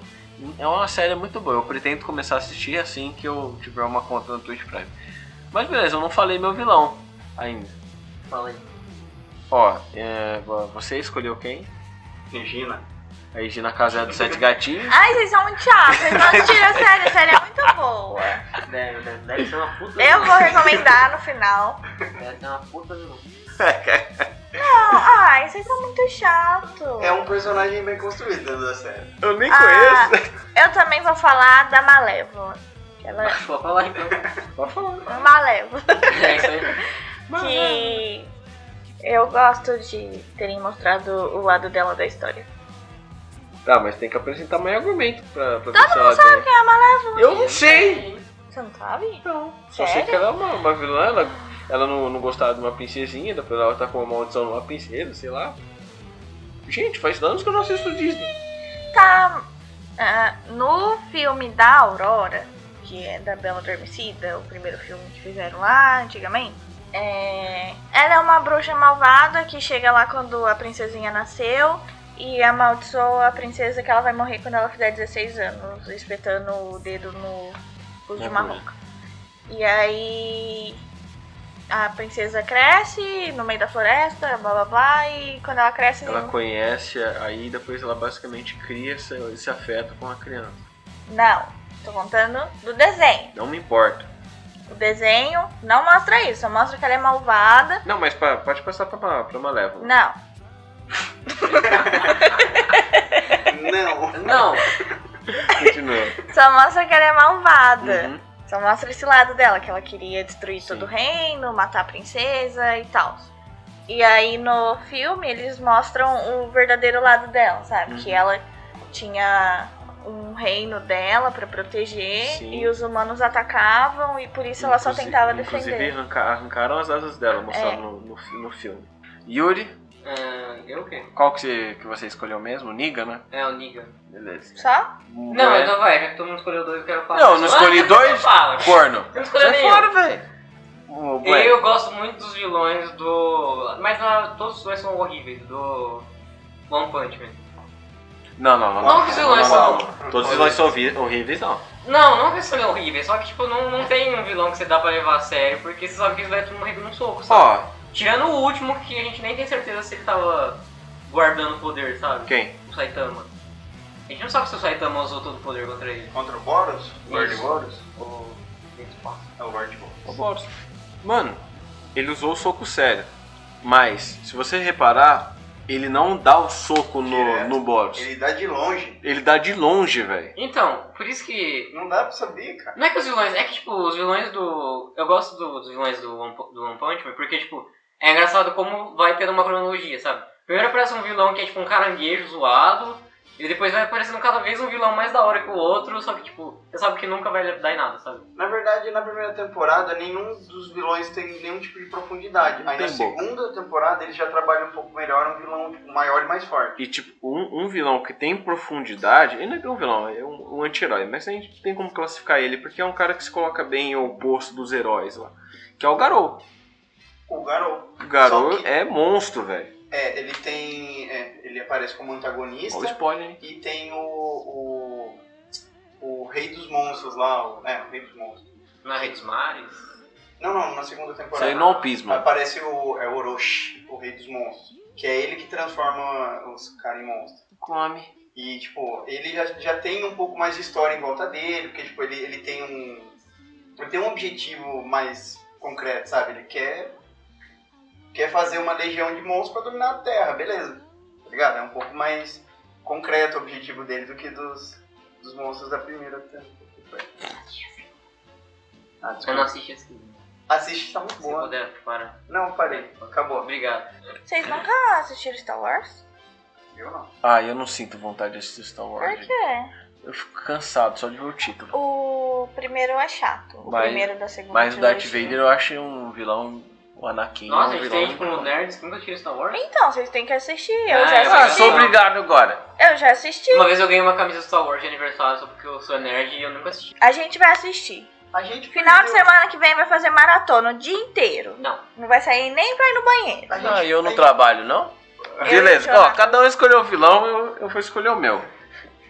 Speaker 3: É uma série muito boa, eu pretendo começar a assistir assim que eu tiver uma conta no Twitch Prime. Mas beleza, eu não falei meu vilão ainda.
Speaker 2: Fala aí.
Speaker 3: Ó, é, vo- você escolheu quem?
Speaker 5: Regina.
Speaker 3: A Regina Casé dos Sete Gatinhos.
Speaker 1: Ai, vocês são muito chatos, vocês não tiram a série, a série é muito boa.
Speaker 2: Deve, deve, deve ser uma puta.
Speaker 1: Eu vou recomendar no final.
Speaker 2: Deve ser uma puta de novo.
Speaker 1: Não, ai, vocês são muito chatos.
Speaker 5: É um personagem bem construído dentro da série.
Speaker 3: Eu nem
Speaker 1: Ah, eu também vou falar da Malévola. Que Ela
Speaker 2: Vou falar então.
Speaker 3: Pode falar.
Speaker 1: é Malévola.
Speaker 2: É isso aí.
Speaker 1: Que eu gosto de terem mostrado o lado dela da história.
Speaker 3: Tá, mas tem que apresentar mais argumento pra, pra Todo mundo sabe
Speaker 1: Quem é a Malévola?
Speaker 3: Eu não sei!
Speaker 1: Você não sabe?
Speaker 3: Não, só
Speaker 1: Sério?
Speaker 3: sei que ela é uma, uma vilã, ela, ela não, não gostava de uma princesinha, depois ela tá com uma maldição numa princesa, sei lá. Gente, faz anos que eu não assisto Disney.
Speaker 1: Tá. ah, no filme da Aurora, que é da Bela Adormecida, o primeiro filme que fizeram lá antigamente, é, ela é uma bruxa malvada que chega lá quando a princesinha nasceu e amaldiçoa a princesa que ela vai morrer quando ela fizer 16 anos, espetando o dedo no cu de
Speaker 3: Na
Speaker 1: uma
Speaker 3: agulha.
Speaker 1: roupa. E aí a princesa cresce no meio da floresta, blá blá blá, e quando ela cresce.
Speaker 3: Ela conhece, aí depois ela basicamente cria esse, esse afeto com a criança.
Speaker 1: Não, tô contando do desenho.
Speaker 3: Não me importa.
Speaker 1: O desenho não mostra isso, só mostra que ela é malvada.
Speaker 3: Não, mas pa- pode passar pra, uma- pra uma leva.
Speaker 1: Não.
Speaker 5: Não.
Speaker 2: Não,
Speaker 3: Continua.
Speaker 1: Só mostra que ela é malvada.
Speaker 3: Uhum.
Speaker 1: Só mostra esse lado dela, que ela queria destruir todo
Speaker 3: Sim.
Speaker 1: o reino, matar a princesa e tal. E aí no filme eles mostram o verdadeiro lado dela, sabe?
Speaker 3: Uhum.
Speaker 1: Que ela tinha um reino dela pra proteger
Speaker 3: Sim.
Speaker 1: e os humanos atacavam e por isso ela só
Speaker 3: Inclusi-
Speaker 1: tentava
Speaker 3: Inclusive
Speaker 1: defender.
Speaker 3: arranca- arrancaram as asas dela, mostraram
Speaker 1: É.
Speaker 3: no, no, fi- no filme. Yuri,
Speaker 2: Ah, eu o quê?
Speaker 3: Qual que você, que você escolheu mesmo? Niga, né?
Speaker 2: É, o Negan.
Speaker 3: Beleza.
Speaker 1: Só?
Speaker 2: Não,
Speaker 3: é.
Speaker 2: então vai, já que todo mundo escolheu dois, eu quero falar.
Speaker 3: Não, eu não escolhi dois,
Speaker 2: Fala.
Speaker 3: é corno.
Speaker 2: Não escolheu
Speaker 3: Sai
Speaker 2: nenhum.
Speaker 3: fora, velho. O Black.
Speaker 2: Eu gosto muito dos vilões do. Mas ah, todos os dois são horríveis, do. One Punch Man.
Speaker 3: Não, não, não.
Speaker 2: Não que os vilões
Speaker 3: não,
Speaker 2: são-
Speaker 3: não. Todos os vilões são horri- horríveis, não.
Speaker 2: Não, não que eles são horríveis, só que tipo, não, não tem um vilão que você dá pra levar a sério, porque você sabe que eles vai tudo morrer num soco, sabe?
Speaker 3: Ó,
Speaker 2: Tirando o último, que a gente nem tem certeza se ele tava guardando o poder, sabe?
Speaker 3: quem?
Speaker 2: O Saitama. A gente não sabe se o Saitama usou todo o poder contra ele.
Speaker 5: Contra o Boros? O Lord
Speaker 2: Isso.
Speaker 5: Boros?
Speaker 2: Ou-
Speaker 5: É o Lord Boros.
Speaker 3: O Boros. Mano, ele usou o soco sério. Mas, se você reparar, ele não dá o soco no,
Speaker 5: Direto.
Speaker 3: no Boros.
Speaker 5: Ele dá de longe.
Speaker 3: Ele dá de longe, velho.
Speaker 2: Então, por isso que.
Speaker 5: Não dá pra saber, cara.
Speaker 2: Não é que os vilões. É que, tipo, os vilões do. Eu gosto do- dos vilões do One, Pu- do One Punch Man, porque, tipo, é engraçado como vai tendo uma cronologia, sabe? Primeiro aparece um vilão que é, tipo, um caranguejo zoado. E depois vai aparecendo cada vez um vilão mais da hora que o outro, só que, tipo, você sabe que nunca vai dar em nada, sabe?
Speaker 5: Na verdade, na primeira temporada, nenhum dos vilões tem nenhum tipo de profundidade. Aí na
Speaker 3: Tem boca.
Speaker 5: segunda temporada, eles já trabalham um pouco melhor, um vilão tipo, maior e mais forte.
Speaker 3: E, tipo, um, um vilão que tem profundidade, ele não é bem um vilão, é um, um anti-herói, mas a gente tem como classificar ele, porque é um cara que se coloca bem ao oposto dos heróis lá, que é o Garou.
Speaker 5: O Garou,
Speaker 3: O Garou
Speaker 5: Só que-
Speaker 3: é monstro, velho.
Speaker 5: é, ele tem... é, ele aparece como antagonista
Speaker 3: Olha o spoiler, hein?
Speaker 5: e tem o, o... o Rei dos Monstros lá, o, é, o Rei dos Monstros.
Speaker 2: Na é Rei dos Mares.
Speaker 5: Não, não, na segunda
Speaker 3: Isso
Speaker 5: temporada.
Speaker 3: aí não é um pismo.
Speaker 5: Aparece o, é o Orochi, o Rei dos Monstros. Que é ele que transforma os caras em monstros.
Speaker 3: Come.
Speaker 5: E, tipo, ele já, já tem um pouco mais de história em volta dele, porque, tipo, ele, ele tem um... Ele tem um objetivo mais concreto, sabe? Ele quer... Quer fazer uma legião de monstros pra dominar a Terra, beleza. Tá ligado? É um pouco mais concreto o objetivo dele do que dos, dos monstros da primeira temporada. Ah,
Speaker 2: Eu não
Speaker 5: desculpa.
Speaker 2: assisti esse filme.
Speaker 5: Assiste, tá muito
Speaker 2: Se
Speaker 5: boa.
Speaker 2: puder, para.
Speaker 5: Não, parei. Acabou.
Speaker 2: Obrigado.
Speaker 1: Vocês nunca assistiram Star Wars?
Speaker 5: Eu não.
Speaker 3: Ah, eu não sinto vontade de assistir Star Wars.
Speaker 1: Por
Speaker 3: gente.
Speaker 1: quê?
Speaker 3: Eu fico cansado só de ver o título.
Speaker 1: O primeiro é chato. O
Speaker 3: Mas-
Speaker 1: primeiro da segunda.
Speaker 3: Mas o Darth
Speaker 1: trilogia.
Speaker 3: Vader eu acho um vilão, o Anakin
Speaker 2: Nossa, a
Speaker 3: é um
Speaker 2: gente
Speaker 3: vilão.
Speaker 2: tem, tipo, um nerds que nunca assistiu Star Wars.
Speaker 1: Então, vocês têm que assistir. Eu
Speaker 2: Ah,
Speaker 1: já
Speaker 2: eu
Speaker 3: um- ah,
Speaker 1: assisti.
Speaker 3: sou obrigado agora.
Speaker 1: Eu já assisti.
Speaker 2: Uma vez eu ganhei uma camisa Star Wars de aniversário só porque eu sou nerd e eu nunca assisti.
Speaker 1: A gente vai assistir.
Speaker 5: A gente
Speaker 1: Final de
Speaker 5: perdeu-
Speaker 1: semana que vem vai fazer maratona o dia inteiro.
Speaker 2: Não.
Speaker 1: Não vai sair nem pra ir no banheiro.
Speaker 5: a gente-
Speaker 3: Ah, eu não
Speaker 5: a
Speaker 3: trabalho, não?
Speaker 1: Eu
Speaker 3: Beleza,
Speaker 1: ia chorar.
Speaker 3: ó, cada um escolheu o vilão, eu, eu fui escolher o meu.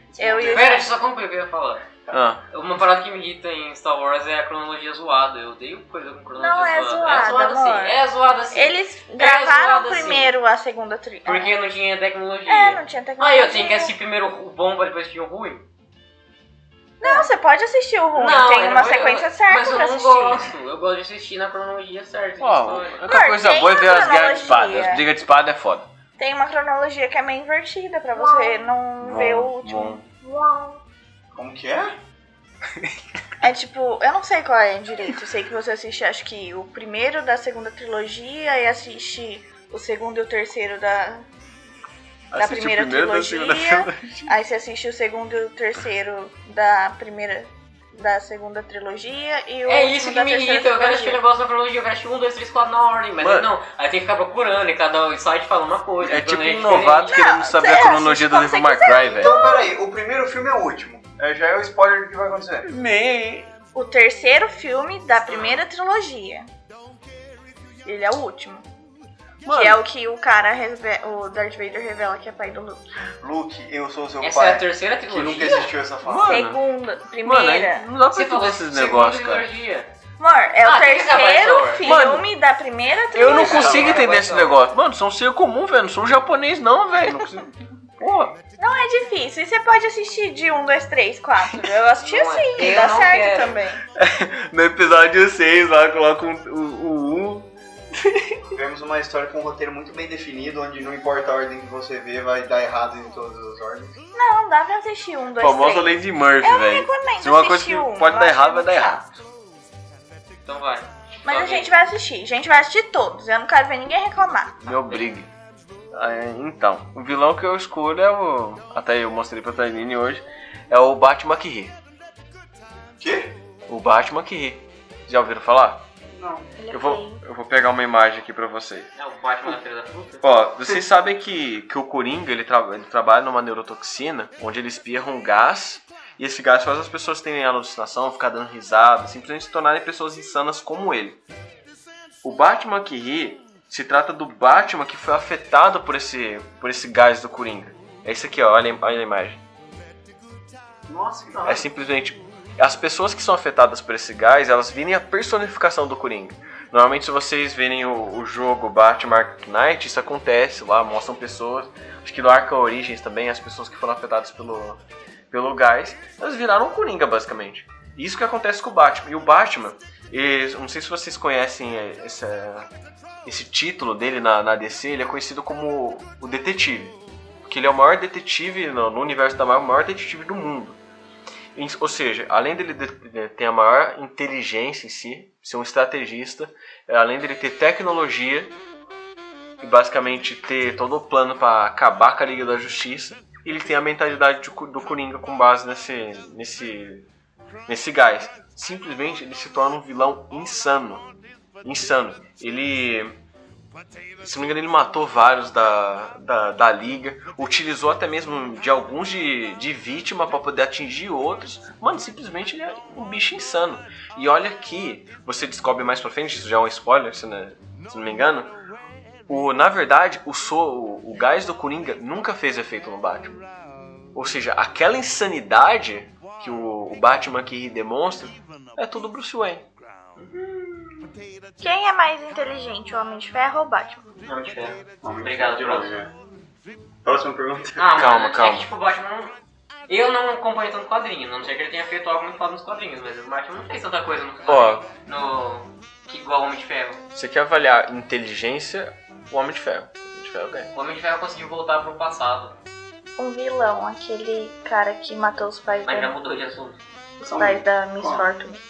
Speaker 5: gente-
Speaker 1: Eu ia-
Speaker 2: Pera, deixa eu só concluir o que eu ia falar.
Speaker 3: Ah,
Speaker 2: Uma parada que me irrita em Star Wars é a cronologia zoada. Eu odeio coisa com cronologia
Speaker 1: Não, é
Speaker 2: zoada.
Speaker 1: zoada,
Speaker 2: é zoada
Speaker 1: amor.
Speaker 2: sim. É zoada sim.
Speaker 1: Eles
Speaker 2: zoado,
Speaker 1: gravaram
Speaker 2: assim.
Speaker 1: primeiro a segunda trilha.
Speaker 2: Porque não tinha tecnologia.
Speaker 1: É, não tinha tecnologia.
Speaker 2: Ah, eu tenho que assistir primeiro o bom pra depois assistir o ruim?
Speaker 1: Não, você pode assistir o ruim. tem
Speaker 2: eu
Speaker 1: uma
Speaker 2: vou-
Speaker 1: sequência
Speaker 2: eu-
Speaker 1: certa
Speaker 2: Mas eu
Speaker 1: pra
Speaker 2: não
Speaker 1: assistir.
Speaker 2: gosto. Eu gosto de assistir na cronologia certa. Então,
Speaker 3: ó,
Speaker 2: da
Speaker 3: a
Speaker 2: história.
Speaker 3: única
Speaker 1: Mano,
Speaker 3: coisa
Speaker 1: tem
Speaker 3: boa é ver as
Speaker 1: uma
Speaker 3: guerras de espada.
Speaker 1: cronologia.
Speaker 3: As brigas de espada é foda.
Speaker 1: Tem uma cronologia que é meio invertida pra você não ver o
Speaker 3: Bom,
Speaker 1: último.
Speaker 5: Como que é?
Speaker 1: É tipo, eu não sei qual é direito. Eu sei que você assiste, acho que o primeiro da segunda trilogia e assiste o segundo e o terceiro da. Da
Speaker 3: Assiste o
Speaker 1: primeira
Speaker 3: primeiro, da
Speaker 1: trilogia.
Speaker 3: segunda-
Speaker 1: Aí você assiste o segundo e o terceiro da primeira. Da segunda trilogia e o.
Speaker 2: É
Speaker 1: último
Speaker 2: isso que
Speaker 1: da
Speaker 2: me
Speaker 1: terceira
Speaker 2: irrita, eu quero assistir o
Speaker 1: trilogia.
Speaker 2: negócio na cronologia, eu quero assistir 1, 2, 3, 4 na ordem, mas
Speaker 3: Mano.
Speaker 2: aí não, aí tem que ficar procurando e cada site fala uma coisa.
Speaker 3: É
Speaker 2: cada
Speaker 3: tipo um
Speaker 2: diferente.
Speaker 3: novato querendo saber a
Speaker 1: você
Speaker 3: cronologia do
Speaker 1: assiste
Speaker 3: Devil
Speaker 1: quando
Speaker 3: May Cry, velho.
Speaker 5: Então, peraí, o primeiro filme é o último. É, já é o spoiler do que vai acontecer.
Speaker 1: O terceiro filme da primeira trilogia. Ele é o último.
Speaker 3: Mano.
Speaker 1: Que é o que o cara, reve- o Darth Vader revela que é pai do Luke.
Speaker 5: Luke, eu sou seu
Speaker 2: Essa é
Speaker 5: pai.
Speaker 2: a terceira
Speaker 5: que
Speaker 2: trilogia.
Speaker 5: nunca existiu essa fala.
Speaker 3: Mano.
Speaker 1: Segunda,
Speaker 3: Mano, aí
Speaker 1: primeira.
Speaker 3: não dá pra
Speaker 2: Você falou
Speaker 3: entender
Speaker 2: esses
Speaker 3: esses negócios, cara.
Speaker 2: trilogia.
Speaker 1: Amor, é o
Speaker 2: Ah, tem que acabar
Speaker 1: terceiro
Speaker 2: essa hora.
Speaker 1: filme da primeira trilogia.
Speaker 3: Eu não
Speaker 2: Não,
Speaker 3: consigo
Speaker 2: agora
Speaker 3: entender
Speaker 2: vai
Speaker 3: esse
Speaker 2: só.
Speaker 3: negócio. Mano, sou um ser comum, velho. Não sou um japonês, não, velho. Não consigo. Porra.
Speaker 1: Não é difícil. E você pode assistir de 1, 2, 3, 4. Eu assisti
Speaker 2: Não é-
Speaker 1: assim,
Speaker 2: eu
Speaker 1: dá
Speaker 2: não
Speaker 1: certo
Speaker 2: quero.
Speaker 1: também.
Speaker 3: No episódio 6 lá, coloca um- o 1.
Speaker 5: Tivemos uma história com um roteiro muito bem definido, onde não importa a ordem que você vê, vai dar errado em todas as ordens.
Speaker 1: Não, dá pra assistir 1, 2, 3.
Speaker 3: Famosa Lady Murphy,
Speaker 1: Eu não
Speaker 3: velho.
Speaker 1: recomendo
Speaker 3: Se uma coisa
Speaker 1: assistir
Speaker 3: que
Speaker 1: um,
Speaker 3: pode
Speaker 1: eu
Speaker 3: dar
Speaker 1: acho
Speaker 3: errado, vai dar
Speaker 1: muito
Speaker 3: errado.
Speaker 1: chato.
Speaker 2: Então vai.
Speaker 1: Mas a
Speaker 2: Alguém.
Speaker 1: gente vai assistir. A gente vai assistir todos. Eu não quero ver ninguém reclamar.
Speaker 3: Me obrigue. Ah, é, Então, o vilão que eu escolho é o. Até eu mostrei pra Tainine hoje. É o Batman que ri.
Speaker 5: Quê?
Speaker 3: O Batman que ri. Já ouviram falar?
Speaker 5: Não.
Speaker 1: Ele é
Speaker 3: Eu vou,
Speaker 1: feio.
Speaker 3: eu vou pegar uma imagem aqui pra vocês.
Speaker 2: É o Batman da Feira da Fruta?
Speaker 3: Ó, vocês sabem que, que o Coringa ele, tra- ele trabalha numa neurotoxina, onde ele espirra um gás, e esse gás faz as pessoas terem alucinação, ficar dando risada, simplesmente se tornarem pessoas insanas como ele. O Batman que ri se trata do Batman que foi afetado por esse, por esse gás do Coringa. É isso aqui, ó, olha, a im- olha a imagem.
Speaker 5: Nossa, que da
Speaker 3: É
Speaker 5: hora.
Speaker 3: simplesmente. As pessoas que são afetadas por esse gás, elas virem a personificação do Coringa. Normalmente, se vocês verem o, o jogo Batman Arkham Knight, isso acontece lá, mostram pessoas. Acho que no Arkham Origins também, as pessoas que foram afetadas pelo, pelo gás, elas viraram um Coringa, basicamente. Isso que acontece com o Batman. E o Batman, ele- eu não sei se vocês conhecem é, essa- esse título dele na, na DC, ele é conhecido como o Detetive. Porque ele é o maior detetive no, no universo da Marvel, o maior detetive do mundo. Em- Ou seja, além dele de- de- ter a maior inteligência em si, ser um estrategista, eh, além dele ter tecnologia e basicamente ter todo o plano para acabar com a Liga da Justiça, ele tem a mentalidade de Co- do Coringa com base nesse, nesse, nesse gás. Simplesmente ele se torna um vilão insano. Insano. Ele. Se não me engano, ele matou vários da, da, da liga. Utilizou até mesmo de alguns de, de vítima para poder atingir outros. Mano, simplesmente ele é um bicho insano. E olha aqui, você descobre mais pra frente, isso já é um spoiler, se não, se não me engano. O, na verdade, o, so, o, o gás do Coringa nunca fez efeito no Batman. Ou seja, aquela insanidade que o, o Batman aqui demonstra é tudo Bruce Wayne.
Speaker 1: Quem é mais inteligente, o Homem de Ferro ou o Batman?
Speaker 2: Não, de ferro.
Speaker 5: Não,
Speaker 2: Obrigado,
Speaker 5: de
Speaker 2: próximo.
Speaker 3: né?
Speaker 5: Próxima pergunta.
Speaker 2: Ah, mano,
Speaker 3: Calma,
Speaker 2: é
Speaker 3: calma.
Speaker 2: que, tipo, o Batman não... Eu não acompanho tanto quadrinho, não sei que ele tenha feito algo muito foda nos quadrinhos, mas o Batman não fez tanta coisa no
Speaker 3: Ó.
Speaker 2: no... que igual o Homem de Ferro.
Speaker 3: Você quer avaliar inteligência, o Homem de Ferro. O Homem de Ferro ganha.
Speaker 2: O Homem de Ferro conseguiu voltar pro passado,
Speaker 1: O Um vilão, aquele cara que matou os pais,
Speaker 2: mas já
Speaker 1: da,
Speaker 2: mudou de assunto.
Speaker 1: os pais da Miss
Speaker 5: Qual?
Speaker 1: Fortune.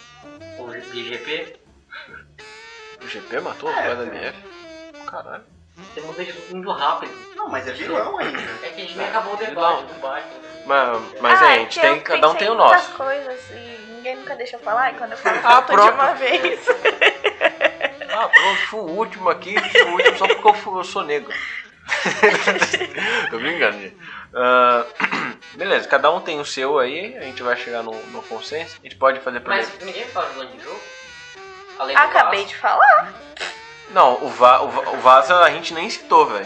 Speaker 2: O IGP,
Speaker 3: O GP matou o
Speaker 5: É,
Speaker 3: pai da
Speaker 5: cara.
Speaker 3: MF? Caralho.
Speaker 2: você mudou de assunto muito rápido.
Speaker 5: Não, mas é vilão ainda.
Speaker 2: É que a gente nem acabou o debate né? do Batman.
Speaker 3: Mas, mas é,
Speaker 1: Ah,
Speaker 3: a gente
Speaker 1: que tá eu
Speaker 3: tem, cada um
Speaker 1: pensei
Speaker 3: tem o
Speaker 1: em muitas
Speaker 3: nosso.
Speaker 1: coisas e ninguém nunca deixa eu falar, e quando eu falo, eu
Speaker 3: Ah,
Speaker 1: falo de
Speaker 3: pronto.
Speaker 1: uma vez.
Speaker 2: um
Speaker 3: Ah, pronto, fui o último aqui, fui o último só porque eu, fui- eu sou negro. Tô brincando, gente. Ah, beleza, cada um tem o seu aí, a gente vai chegar no, no consenso. A gente pode fazer primeiro.
Speaker 2: Mas ninguém fala de vilão de jogo? Além do
Speaker 1: Acabei de falar.
Speaker 3: Não, o, va, o, Va- o Vaza a gente nem citou, velho.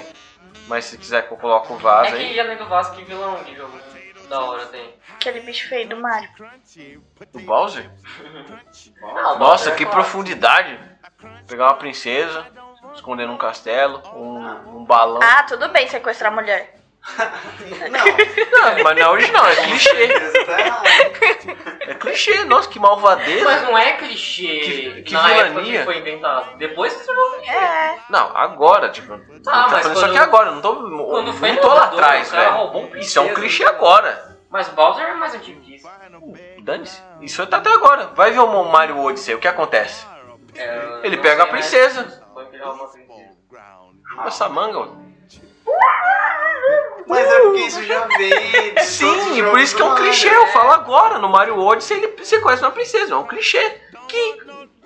Speaker 3: Mas se quiser que eu coloque o Vaza
Speaker 2: Vasco. É
Speaker 3: aí.
Speaker 2: que além do Vasco, que vilão de jogo da hora tem?
Speaker 1: Aquele bicho feio do Mario.
Speaker 3: O Bowser?
Speaker 1: Tá
Speaker 2: Não,
Speaker 3: Nossa,
Speaker 2: Bowser
Speaker 3: que
Speaker 2: é foda.
Speaker 3: profundidade! Pegar uma princesa, esconder num castelo, um, um balão.
Speaker 1: Ah, tudo bem sequestrar mulher.
Speaker 5: Não,
Speaker 3: Não, mas não é original, é clichê.
Speaker 5: isso tá errado.
Speaker 3: É clichê, nossa, que malvadeza.
Speaker 2: Mas não é clichê
Speaker 3: Que- que
Speaker 2: na época
Speaker 3: vilania.
Speaker 2: que foi inventado. Depois que surgiu o clichê.
Speaker 1: É.
Speaker 3: Não, agora, tipo.
Speaker 2: Ah,
Speaker 3: tá
Speaker 2: mas
Speaker 3: falando isso
Speaker 2: quando-
Speaker 3: aqui agora, eu não tô.
Speaker 2: Quando
Speaker 3: não
Speaker 2: foi
Speaker 3: tô lá
Speaker 2: inovador,
Speaker 3: atrás,
Speaker 2: o cara
Speaker 3: velho.
Speaker 2: roubou um
Speaker 3: Isso é um
Speaker 2: princesa.
Speaker 3: clichê agora.
Speaker 2: Mas Bowser é mais antigo que isso.
Speaker 3: Dane-se. Isso tá até agora. Vai ver o Mario Odyssey, o que acontece?
Speaker 2: É,
Speaker 3: Ele
Speaker 2: não
Speaker 3: pega
Speaker 2: sei,
Speaker 3: a
Speaker 2: mas-
Speaker 3: princesa.
Speaker 2: Foi pegar uma princesa.
Speaker 3: Essa manga, ó.
Speaker 5: Mas é porque isso já veio. de todos os
Speaker 3: Sim, por
Speaker 5: jogos
Speaker 3: isso que é um
Speaker 5: do
Speaker 3: clichê,
Speaker 5: Mario.
Speaker 3: eu falo agora. No Mario Odyssey ele sequestra uma princesa, é um clichê. Que,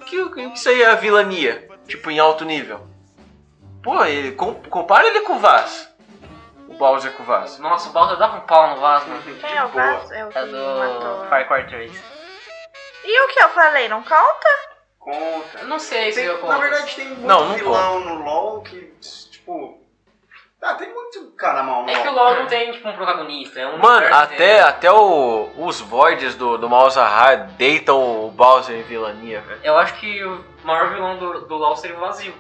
Speaker 3: que, que isso aí é vilania, tipo, em alto nível. Pô, ele, com- compara ele com o Vaz. O Bowser com o Vaz.
Speaker 2: Nossa, o Bowser dava um pau no Vasco. mano.
Speaker 1: Quem é
Speaker 5: Tipo,
Speaker 1: o Vasco? É o que
Speaker 2: É
Speaker 1: matou.
Speaker 2: do Far Cry 3.
Speaker 1: E o que eu falei, não conta?
Speaker 5: Conta.
Speaker 2: Eu não sei se
Speaker 5: Tem-
Speaker 2: eu conto.
Speaker 5: na verdade, tem muito
Speaker 3: Não, não
Speaker 5: vilão no LoL que, tipo. Ah, tem muito cara mal no
Speaker 2: É que o
Speaker 5: LoL.
Speaker 2: LoL não tem, tipo, um protagonista. É um
Speaker 3: Mano,
Speaker 2: universo
Speaker 3: até,
Speaker 2: inteiro.
Speaker 3: até o- os voids do, do Malzahar deitam o Bowser em vilania, velho.
Speaker 2: Eu acho que o maior vilão do, do LoL seria o vazio.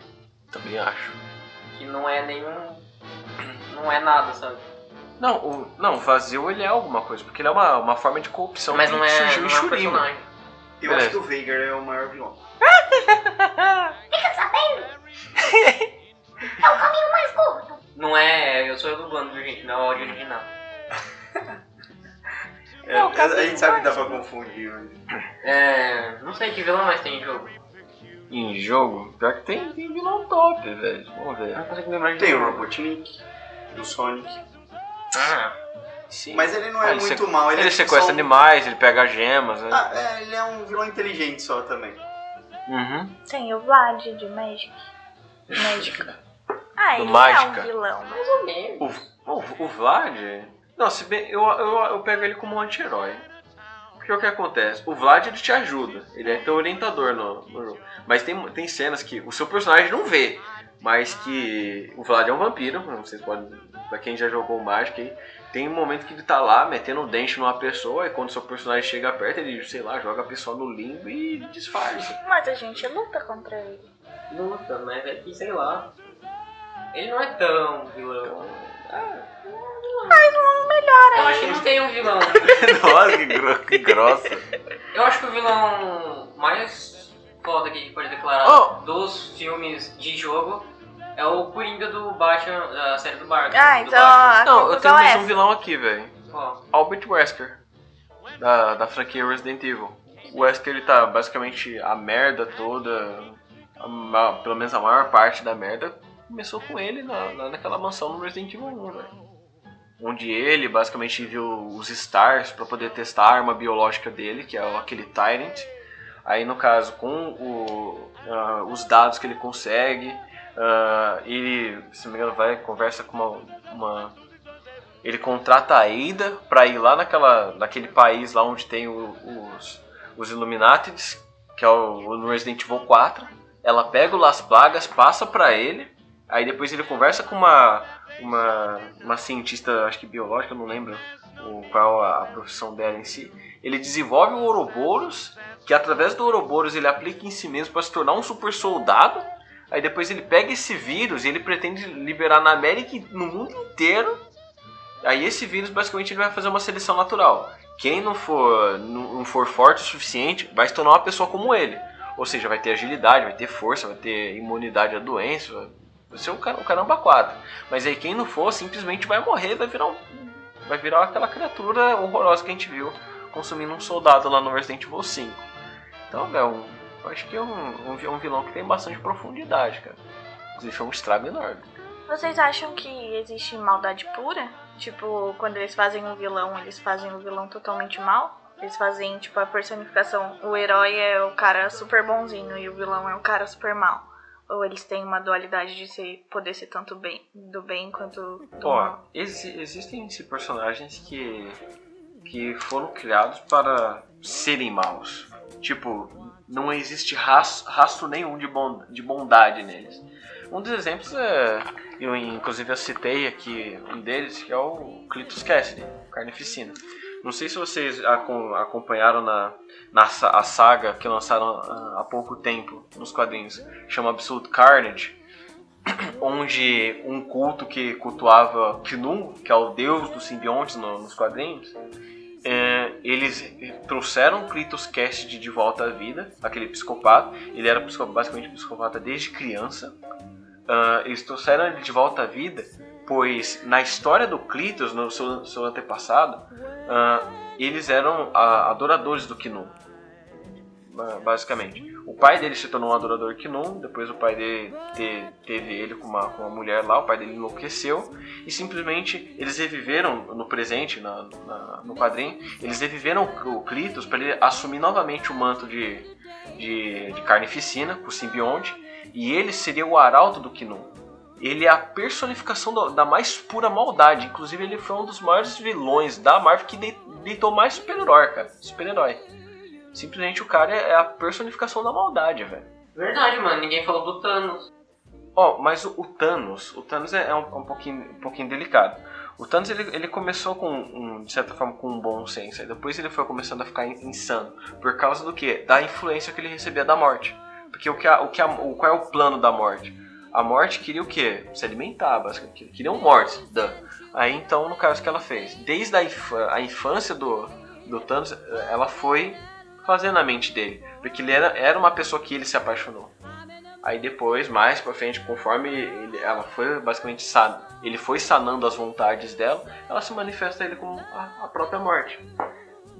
Speaker 3: Também acho.
Speaker 2: Que não é nenhum... Não é nada, sabe?
Speaker 3: Não, o, não, o vazio ele é alguma coisa, porque ele é uma, uma forma de corrupção
Speaker 2: Mas
Speaker 3: Então que
Speaker 2: não é,
Speaker 3: surgiu
Speaker 2: não
Speaker 3: em
Speaker 2: é um
Speaker 3: Shurima.
Speaker 2: personagem.
Speaker 5: Eu acho que o Veigar é o maior vilão.
Speaker 2: Não é... Eu sou eu dublando, viu, gente? Não é o áudio original.
Speaker 5: É,
Speaker 1: Não, o
Speaker 5: a,
Speaker 1: Capitão
Speaker 5: a gente sabe que dá pra confundir, né? mas.
Speaker 2: É... Não sei que vilão mais tem em jogo.
Speaker 3: Em jogo, pior que tem, tem vilão top, velho. Vamos ver.
Speaker 2: Eu não consigo lembrar de
Speaker 5: Tem um. o
Speaker 2: nenhum.
Speaker 5: Robotnik, o Sonic.
Speaker 2: Ah,
Speaker 3: Sim.
Speaker 5: Mas ele não é
Speaker 3: Ah, ele
Speaker 5: muito
Speaker 3: sequ-
Speaker 5: mal, ele,
Speaker 3: Ele
Speaker 5: é tipo
Speaker 3: sequestra
Speaker 5: só um-
Speaker 3: animais, ele pega gemas, né?
Speaker 5: Ah, é, ele é um vilão inteligente só também.
Speaker 3: Uhum.
Speaker 1: Tem o Vlad de Magic. Magic. Ah,
Speaker 3: Do
Speaker 1: ele é
Speaker 3: Mágica.
Speaker 1: um vilão. mas
Speaker 2: Mais ou menos.
Speaker 3: O, o, o Vlad? Não, se bem. Eu, eu, eu pego ele como um anti-herói. Porque o que acontece? O Vlad ele te ajuda. Ele é teu orientador no, no jogo. Mas tem, tem cenas que o seu personagem não vê. Mas que. O Vlad é um vampiro. Vocês podem. Pra quem já jogou Magic aí. Tem um momento que ele tá lá metendo o dente numa pessoa. E quando seu personagem chega perto, ele, sei lá, joga a pessoa no limbo e disfarça.
Speaker 1: Mas a gente luta contra ele.
Speaker 2: Luta, mas é que, sei lá. Ele não é tão vilão.
Speaker 3: Então, é.
Speaker 2: Eu acho que não tem um vilão.
Speaker 3: Nossa, que, gro que grossa.
Speaker 2: Eu acho que o vilão mais foda que a gente pode declarar
Speaker 3: Oh!
Speaker 2: dos filmes de jogo é o Coringa do Batman, da série do Batman.
Speaker 1: Ah,
Speaker 2: do
Speaker 1: então ah.
Speaker 2: Batman.
Speaker 1: a
Speaker 3: Não, eu tenho
Speaker 1: conclusão é
Speaker 3: mais um
Speaker 1: essa.
Speaker 3: vilão aqui, velho.
Speaker 2: Ó,
Speaker 3: Albert Wesker, da, da franquia Resident Evil. O Wesker ele tá basicamente a merda toda, a ma- pelo menos a maior parte da merda, começou com ele na, na- naquela mansão no Resident Evil 1, velho. Onde ele basicamente viu os Stars pra poder testar a arma biológica dele, que é o- aquele Tyrant. Aí no caso, com o- ah, os dados que ele consegue, ah, ele, se não me engano, vai conversa com uma- uma ele contrata a Ada pra ir lá naquela, naquele país lá onde tem o- os, os Illuminatids, que é o, o no Resident Evil 4. Ela pega o Las Plagas, passa pra ele, aí depois ele conversa com uma, uma, uma cientista, acho que biológica, não lembro o- qual a, a profissão dela em si. Ele desenvolve o Ouroboros, que através do Ouroboros ele aplica em si mesmo pra se tornar um super soldado. Aí depois ele pega esse vírus e ele pretende liberar na América e no mundo inteiro Aí esse vírus basicamente ele vai fazer uma seleção natural. Quem não for, não não for forte o suficiente vai se tornar uma pessoa como ele. Ou seja, vai ter agilidade, vai ter força, vai ter imunidade à doença. vai- Vai ser o ca- o caramba 4. Mas aí quem não for simplesmente vai morrer, vai virar, um, vai virar aquela criatura horrorosa que a gente viu consumindo um soldado lá no Resident Evil 5. Então, velho, um- eu acho que é um, um vi- um vilão que tem bastante profundidade, cara. Inclusive foi um estrago enorme.
Speaker 1: Vocês acham que existe maldade pura? Tipo, quando eles fazem um vilão, eles fazem um vilão totalmente mal? Eles fazem, tipo, a personificação. O herói é o cara super bonzinho e o vilão é o cara super mal. Ou eles têm uma dualidade de ser, poder ser tanto bem, do bem quanto do
Speaker 3: Ó,
Speaker 1: mal.
Speaker 3: exi- existem sim, personagens que, que foram criados para serem maus. Tipo, não existe ras- rastro nenhum de, bon- de bondade neles. Um dos exemplos é. Eu, inclusive, eu citei aqui um deles, que é o Clitus Cassidy, o Carnificina. Não sei se vocês acom- acompanharam na, na sa- a saga que lançaram ah, há pouco tempo nos quadrinhos, chama Absolute Carnage onde um culto que cultuava Knu, que é o deus dos simbiontes no- nos quadrinhos, é, eles trouxeram Clitus Cassidy de volta à vida, aquele psicopata. Ele era psico- basicamente psicopata desde criança. Ah, eles trouxeram ele de volta à vida, pois na história do Clitus, no seu, seu antepassado, ah, eles eram ah, adoradores do Knu, ba- basicamente. O pai dele se tornou um adorador Knon, depois o pai dele te- teve ele com uma, com uma mulher lá, o pai dele enlouqueceu, e simplesmente eles reviveram no presente, na- na- no quadrinho, eles reviveram o Clitus para ele assumir novamente o manto de, de, de carnificina, com o simbionte, e ele seria o arauto do Knon. Ele é a personificação do- da mais pura maldade, inclusive ele foi um dos maiores vilões da Marvel que de- deitou mais super-herói, cara, super-herói. Simplesmente o cara é a personificação da maldade, velho.
Speaker 2: Verdade, mano, ninguém falou do Thanos.
Speaker 3: Ó, mas o, o Thanos, o Thanos é, é um, um pouquinho, um pouquinho delicado. O Thanos ele, ele começou com, um, de certa forma, com um bom senso, aí depois ele foi começando a ficar in- insano. Por causa do quê? Da influência que ele recebia da morte. Porque o que, a- o que a- o, qual é o plano da morte? A morte queria o quê? Se alimentar, basicamente. Queriam morte. duh. Aí então, no caso, o que ela fez? Desde a, infa- a infância do, do Thanos, ela foi fazendo a mente dele. Porque ele era, era uma pessoa que ele se apaixonou. Aí depois, mais pra frente, conforme ele- ela foi basicamente san, ele foi sanando as vontades dela, ela se manifesta a ele como a, a própria morte.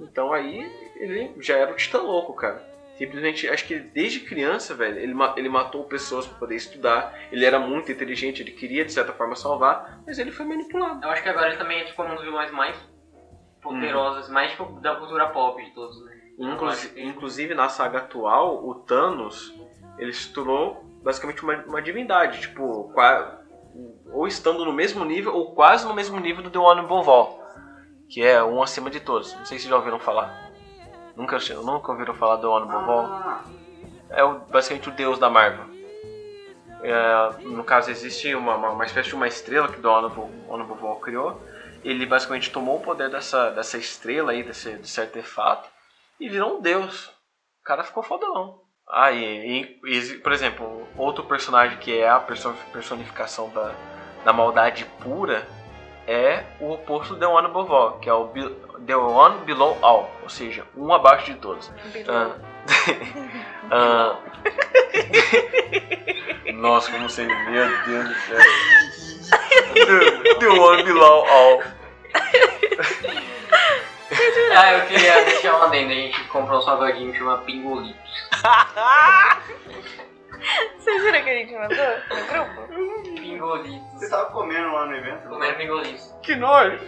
Speaker 3: Então aí ele já era o titã louco, cara. Simplesmente, acho que desde criança, velho, ele, ma- ele matou pessoas pra poder estudar. Ele era muito inteligente, ele queria de certa forma salvar, mas ele foi manipulado.
Speaker 2: Eu acho que agora ele também é tipo um dos vilões mais poderosos, mais tipo, da cultura pop de todos, né?
Speaker 3: Inclu-
Speaker 2: Eu acho que-
Speaker 3: inclusive na saga atual, o Thanos, ele se tornou basicamente uma, uma divindade, tipo, qua- ou estando no mesmo nível, ou quase no mesmo nível do The Honorable Vol, que é um acima de todos. Não sei se já ouviram falar. Nunca, nunca ouviram falar do Honorable Vol?
Speaker 5: Ah,
Speaker 3: É o- basicamente o deus da Marvel. É, no caso, existe uma, uma, uma espécie de uma estrela que o Honorable, Honorable Vol criou. Ele basicamente tomou o poder dessa, dessa estrela aí, desse, desse artefato, e virou um deus. O cara ficou fodão. Ah, e, e- e, por exemplo, outro personagem que é a perso- personificação da, da maldade pura é o oposto do The Honorable Vol, que é o Be- The One Below All, ou seja, um abaixo de todos. Ah, Ah. Nossa, como você. Meu Deus do céu. The- The one below all.
Speaker 2: Ah, eu queria deixar uma adenda. A gente comprou um salgadinho que chama Pingolito.
Speaker 1: Vocês viram que a gente mandou no grupo?
Speaker 2: Pingolitos.
Speaker 5: Você tava comendo lá no evento?
Speaker 2: Comendo pingolitos.
Speaker 3: Que nojo.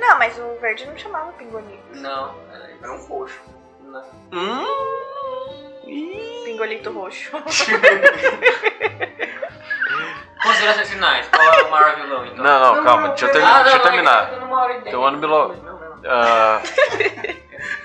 Speaker 1: Não, mas o verde não chamava pingolito.
Speaker 2: Não, era um roxo. Não.
Speaker 3: Hum. Ih.
Speaker 1: Pingolito roxo.
Speaker 2: Considerações finais. Qual é o maior vilão, então?
Speaker 3: Não, não, calma, deixa eu, ter-
Speaker 2: Ah, não, não,
Speaker 3: deixa eu
Speaker 2: é que
Speaker 3: terminar. um
Speaker 2: tá dando uma hora e dez.
Speaker 3: The One Below.
Speaker 2: Não, não, não.
Speaker 3: Ah,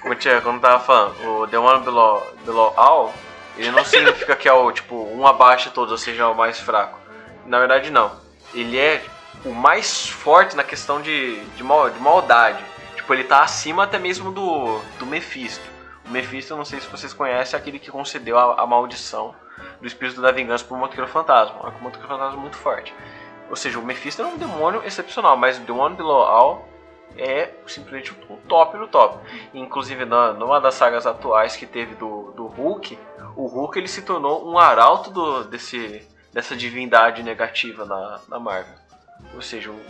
Speaker 3: como eu tinha, como eu tava falando, o The One Below, below All, ele não significa que é o, tipo, um abaixo de todos, ou seja, o mais fraco. Na verdade, não. Ele é o mais forte na questão de, de, mal- de maldade. Tipo, ele tá acima até mesmo do, do Mephisto. O Mephisto, eu não sei se vocês conhecem, é aquele que concedeu a, a maldição do espírito da vingança pro Motoqueiro Fantasma. É um Motoqueiro Fantasma muito forte. Ou seja, o Mephisto é um demônio excepcional, mas o The One Below All é simplesmente o top do top. Inclusive, na, numa das sagas atuais que teve do, do Hulk, o Hulk ele se tornou um arauto do- desse, dessa divindade negativa na, na Marvel. Ou seja, o,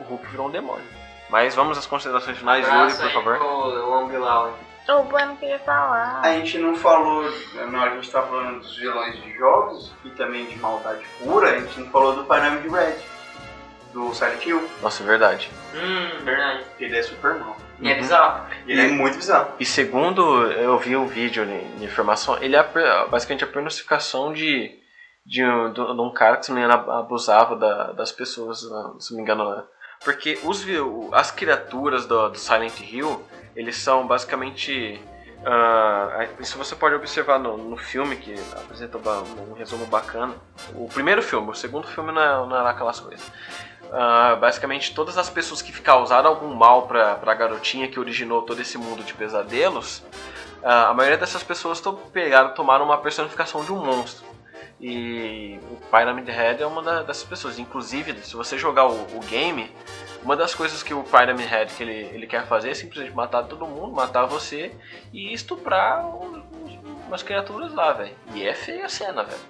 Speaker 3: o Hulk virou um demônio. Mas vamos às considerações finais, Yuri,
Speaker 2: Abraço
Speaker 3: por
Speaker 2: aí
Speaker 3: favor.
Speaker 2: pro The One Below.
Speaker 1: o Bueno queria falar.
Speaker 5: A gente não falou, não, a gente tá falando dos vilões de jogos e também de maldade pura, a gente não falou do Pyramid Red, do Silent Hill,
Speaker 3: Nossa, é verdade.
Speaker 2: Hum, verdade.
Speaker 5: ele é super mal.
Speaker 2: E é
Speaker 3: Uhum.
Speaker 2: bizarro.
Speaker 5: Ele é muito bizarro.
Speaker 3: E segundo eu vi o vídeo ali, de informação, ele é a per- basicamente a personificação de, de, um, de um cara que, se não me engano, abusava da- das pessoas, né, se não me engano. né? Porque os, vi- o- as criaturas do, do Silent Hill, eles são basicamente. ah, isso você pode observar no, no filme, que apresenta ba- um resumo bacana. O primeiro filme, o segundo filme não é, não é lá aquelas coisas. Ah, basicamente, todas as pessoas que causaram algum mal pra, pra garotinha que originou todo esse mundo de pesadelos, ah, a maioria dessas pessoas to pegaram, tomaram uma personificação de um monstro. E o Pyramid Head é uma da- dessas pessoas. Inclusive, se você jogar o, o game, uma das coisas que o Pyramid Head que ele, ele quer fazer é simplesmente matar todo mundo, matar você e estuprar um- uns- umas criaturas lá, velho. E é feia a cena, velho.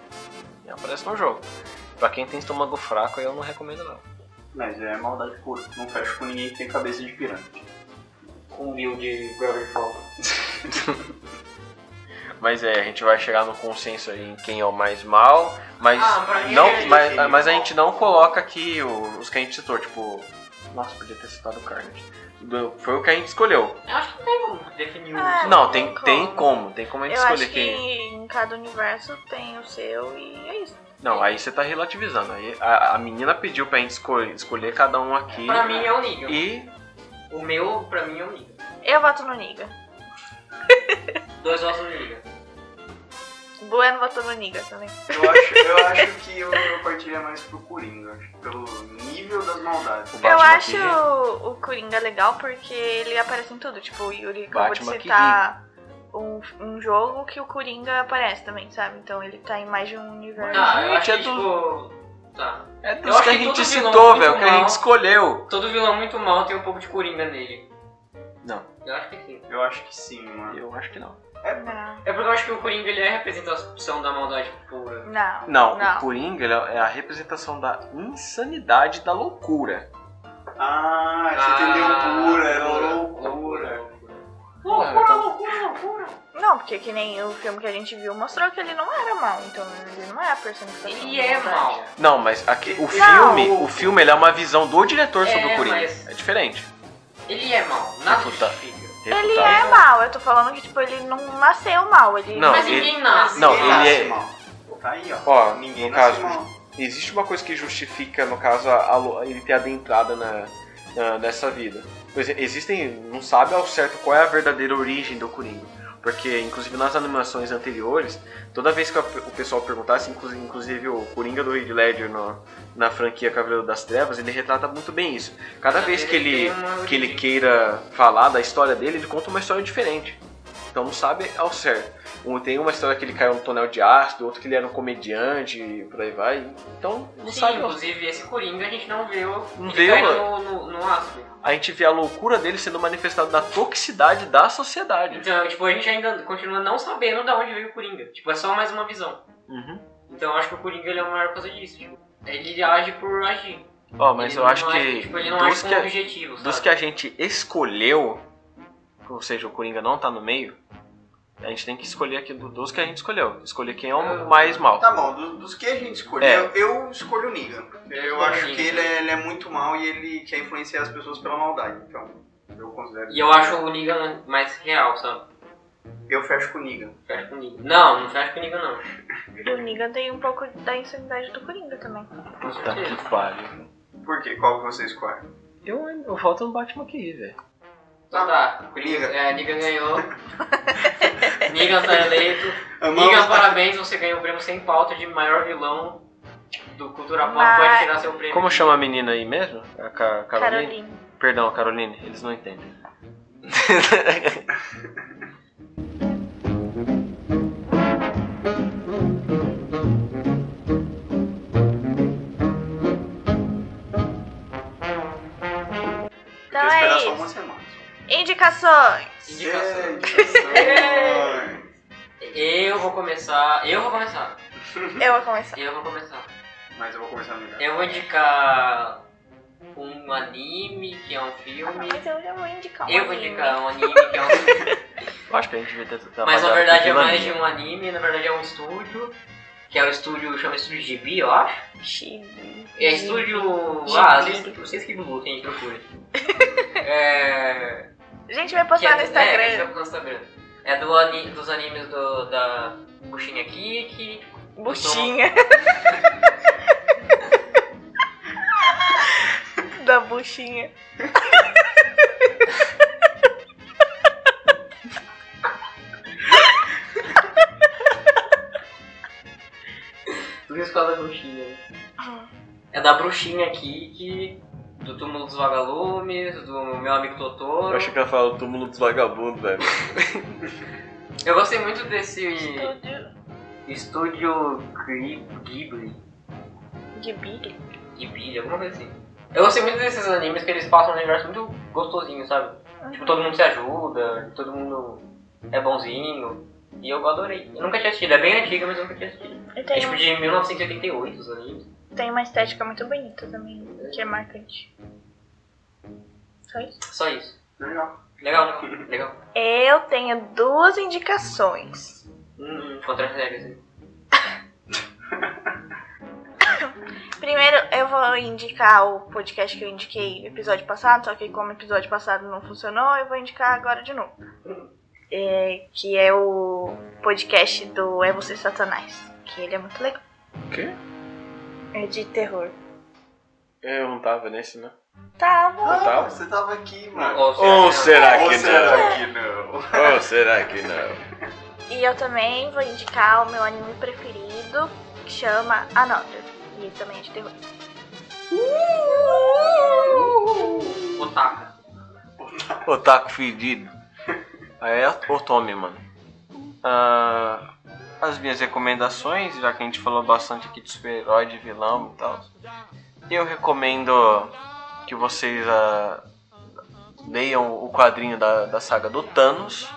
Speaker 3: E Aparece no jogo. Pra quem tem estômago fraco, eu não recomendo não.
Speaker 5: Mas é maldade pura, não fecha com ninguém que tem cabeça de pirâmide.
Speaker 2: Com Um build de Gravity Falls.
Speaker 3: Mas é, a gente vai chegar no consenso aí em quem é o mais mal, mas
Speaker 2: Ah, pra mim
Speaker 3: não,
Speaker 2: é ele,
Speaker 3: mas,
Speaker 5: ele
Speaker 3: mas a
Speaker 5: mal.
Speaker 3: gente não coloca aqui o- os que a gente citou, tipo, nossa, podia ter citado o Carnage. Do- Foi o que a gente escolheu.
Speaker 2: Eu acho que não tem como definir um.
Speaker 1: Ah,
Speaker 3: Não, tem,
Speaker 1: como.
Speaker 3: tem como, tem como a gente
Speaker 1: Eu
Speaker 3: escolher
Speaker 1: acho que
Speaker 3: quem.
Speaker 1: em cada universo tem o seu e é isso.
Speaker 3: Não, aí você tá relativizando. Aí a, a menina pediu pra gente escolher, escolher cada um aqui.
Speaker 2: Pra mim é o Nigel.
Speaker 3: E
Speaker 2: O meu, pra mim, é o Nigel.
Speaker 1: Eu voto no Niga.
Speaker 2: Dois ossos no Nigel.
Speaker 1: Bueno votou no Niga também.
Speaker 5: Eu acho, eu acho que eu, eu partiria é mais pro Coringa, acho que pelo nível das maldades.
Speaker 3: o
Speaker 1: Eu
Speaker 3: Batman
Speaker 1: acho
Speaker 3: aqui.
Speaker 1: o Coringa legal porque ele aparece em tudo. Tipo, o Yuri acabou
Speaker 3: Batman
Speaker 1: de
Speaker 3: que
Speaker 1: citar um, um jogo que o Coringa aparece também, sabe? Então ele tá em mais de um universo.
Speaker 2: Tá, eu
Speaker 3: gente,
Speaker 2: acho
Speaker 3: é
Speaker 2: que, tipo... Tá.
Speaker 3: É
Speaker 2: Eu
Speaker 3: dos
Speaker 2: acho
Speaker 3: que a
Speaker 2: que
Speaker 3: gente
Speaker 2: todo vilão
Speaker 3: citou,
Speaker 2: muito
Speaker 3: velho, que a
Speaker 2: mal.
Speaker 3: gente escolheu.
Speaker 2: Todo vilão muito mal tem um pouco de Coringa nele.
Speaker 3: Não.
Speaker 2: Eu acho que sim.
Speaker 5: Eu acho que sim, mano.
Speaker 3: Eu acho que não.
Speaker 1: Não,
Speaker 2: É porque eu acho que o Coringa, ele é a representação da maldade pura.
Speaker 1: não.
Speaker 3: Não, o Coringa ele é a representação da insanidade da loucura.
Speaker 5: Ah, você entendeu pura, era loucura.
Speaker 2: Loucura,
Speaker 3: então-
Speaker 2: loucura, loucura.
Speaker 1: Não, porque que nem o filme que a gente viu mostrou que ele não era mal, então ele não é a personificação.
Speaker 2: Ele
Speaker 1: da
Speaker 2: é
Speaker 1: maldade.
Speaker 2: mal.
Speaker 3: Não, mas aqui, o
Speaker 5: Não.
Speaker 3: filme, o filme ele é uma visão do diretor sobre
Speaker 2: É,
Speaker 3: o Coringa.
Speaker 2: mas-
Speaker 3: É diferente.
Speaker 2: Ele é mal. Nada
Speaker 3: Puta.
Speaker 2: justifica.
Speaker 1: Ele
Speaker 3: refutado.
Speaker 1: é mal, eu tô falando que, tipo, ele não nasceu mal. Ele
Speaker 3: Não,
Speaker 6: Mas
Speaker 3: ele-
Speaker 6: ninguém nasce.
Speaker 3: Não,
Speaker 5: Ninguém
Speaker 3: ele
Speaker 5: nasce
Speaker 3: é-
Speaker 5: mal. Tá aí, ó.
Speaker 3: Ó,
Speaker 5: Ninguém
Speaker 3: no
Speaker 5: nasce
Speaker 3: caso,
Speaker 5: mal.
Speaker 3: existe uma coisa que justifica, no caso, a- a lo- ele ter adentrado na, na- nessa vida. Pois é, existem, não sabe ao certo qual é a verdadeira origem do Coringa. Porque, inclusive, nas animações anteriores, toda vez que a- o pessoal perguntasse, inclu- inclusive o Coringa do Heath Ledger no- na franquia Cavaleiro das Trevas, ele retrata muito bem isso. Cada vez que ele, que ele queira falar da história dele, ele conta uma história diferente. Então não sabe ao certo. Um, tem uma história que ele caiu num tonel de ácido, outro que ele era um comediante e por aí vai. Então não
Speaker 2: Sim,
Speaker 3: sabe.
Speaker 2: inclusive esse Coringa a gente não viu.
Speaker 3: Não
Speaker 2: ele
Speaker 3: viu,
Speaker 2: caindo
Speaker 3: mano.
Speaker 2: no, no, no ácido.
Speaker 3: A gente vê a loucura dele sendo manifestada na toxicidade da sociedade.
Speaker 2: Então, tipo, a gente ainda continua não sabendo de onde veio o Coringa. Tipo, é só mais uma visão.
Speaker 3: Uhum.
Speaker 2: Então eu acho que o Coringa ele é o maior por causa disso. Tipo, ele age por agir.
Speaker 3: Ó, mas
Speaker 2: Ele
Speaker 3: eu
Speaker 2: não
Speaker 3: acho
Speaker 2: age,
Speaker 3: que
Speaker 2: Tipo, ele não
Speaker 3: dos
Speaker 2: age com
Speaker 3: que, a-
Speaker 2: objetivo, sabe?
Speaker 3: dos que a gente escolheu, ou seja, o Coringa não tá no meio, a gente tem que escolher aqui do- dos que a gente escolheu. Escolher quem é o mais mal.
Speaker 5: Tá bom, do- dos que a gente
Speaker 3: É.
Speaker 5: escolheu, eu escolho o Negan. Eu acho que ele é, ele é muito mal e ele quer influenciar as pessoas pela maldade. Então, eu considero.
Speaker 2: E eu acho o Negan mais real, sabe?
Speaker 5: Eu fecho com o Negan.
Speaker 2: Fecha com o Negan. Não, não fecha com o Negan, não.
Speaker 1: o Negan tem um pouco da insanidade do Coringa também.
Speaker 2: Com
Speaker 3: Tá
Speaker 2: certeza.
Speaker 3: que pariu.
Speaker 5: Por quê? Qual que você escolhe?
Speaker 3: Eu, eu voto no Batman aqui, velho.
Speaker 2: Então tá, Coringa, é, Negan ganhou. Negan tá eleito.
Speaker 5: Amamos
Speaker 2: Negan,
Speaker 5: tá-
Speaker 2: parabéns, você ganhou o prêmio sem pauta de maior vilão do Cultura Pop.
Speaker 1: Mas-
Speaker 2: Pode tirar seu prêmio.
Speaker 3: Como chama a menina aí mesmo? A Ca- Caroline?
Speaker 1: Caroline.
Speaker 3: Perdão, Caroline, eles não entendem.
Speaker 1: Então
Speaker 5: Tem que
Speaker 1: é
Speaker 5: esperar só uma
Speaker 1: isso.
Speaker 5: semana.
Speaker 1: Indicações.
Speaker 2: Indicação.
Speaker 5: Indicações.
Speaker 1: É.
Speaker 2: Eu vou começar. Eu vou começar.
Speaker 1: Eu vou começar.
Speaker 2: Eu vou começar.
Speaker 5: Mas eu vou começar a ligar.
Speaker 2: Eu vou indicar um anime que é um filme.
Speaker 1: Mas eu já vou indicar um
Speaker 2: Eu vou
Speaker 1: anime.
Speaker 2: indicar um anime que é um filme.
Speaker 3: Eu acho que a gente devia ter trabalhado
Speaker 2: Mas na verdade é
Speaker 3: com
Speaker 2: mais de
Speaker 3: vilania.
Speaker 2: um anime, na verdade é um estúdio. Que é o estúdio, chama Estúdio Gibi, eu acho.
Speaker 1: Chibi.
Speaker 2: É estúdio.
Speaker 1: Gibi.
Speaker 2: Ah, às vezes vocês que Google que a gente procura. É.
Speaker 1: A gente vai
Speaker 2: que é-
Speaker 1: postar no
Speaker 2: É, a gente vai
Speaker 1: Instagram.
Speaker 2: postar no Instagram. É do ani- dos animes do, da Buchinha Kiki,
Speaker 1: Buchinha. da buchinha.
Speaker 2: Tudo isso por causa da bruxinha. né? É da bruxinha Kiki, do túmulo dos vagalumes, do meu amigo Totoro.
Speaker 3: Eu achei que ela falou o túmulo dos vagabundos, velho.
Speaker 2: Eu gostei muito desse
Speaker 1: Estúdio.
Speaker 2: estúdio Gri- Ghibli,
Speaker 1: De Billy.
Speaker 2: Ghibli, alguma coisa assim. Eu gostei muito desses animes que eles passam um universo muito gostosinho, sabe? Tipo, todo mundo se ajuda, todo mundo é bonzinho. E eu adorei. Eu nunca tinha assistido, é bem antiga, mas eu nunca tinha assistido.
Speaker 1: E
Speaker 2: É
Speaker 1: tem, um
Speaker 2: tipo de 1988 os animes.
Speaker 1: tem uma estética muito bonita também, que é marcante. Só isso?
Speaker 2: Só isso.
Speaker 5: Legal.
Speaker 2: Legal, né? Legal.
Speaker 1: Eu tenho duas indicações.
Speaker 2: Hum, contra as regras.
Speaker 1: Primeiro, eu vou indicar o podcast que eu indiquei no episódio passado, só que como o episódio passado não funcionou, eu vou indicar agora de novo. É, que é o podcast do É Você Satanás, que ele é muito legal.
Speaker 3: O quê?
Speaker 1: É de terror.
Speaker 3: Eu não tava nesse, né?
Speaker 1: Tá bom.
Speaker 5: Ah,
Speaker 3: tava.
Speaker 5: você tava aqui, mano.
Speaker 3: Ou será
Speaker 5: Ou
Speaker 3: que
Speaker 5: será
Speaker 3: não?
Speaker 5: que não?
Speaker 3: Ou será que não?
Speaker 1: E eu também vou indicar o meu anime preferido, que chama Another, e também é de terror.
Speaker 2: é Otaka.
Speaker 3: Otaku fedido. Aí É o Tommy, mano. Ah, as minhas recomendações, já que a gente falou bastante aqui de super-herói, de vilão e tal. Eu recomendo que vocês ah, leiam o quadrinho da, da saga do Thanos,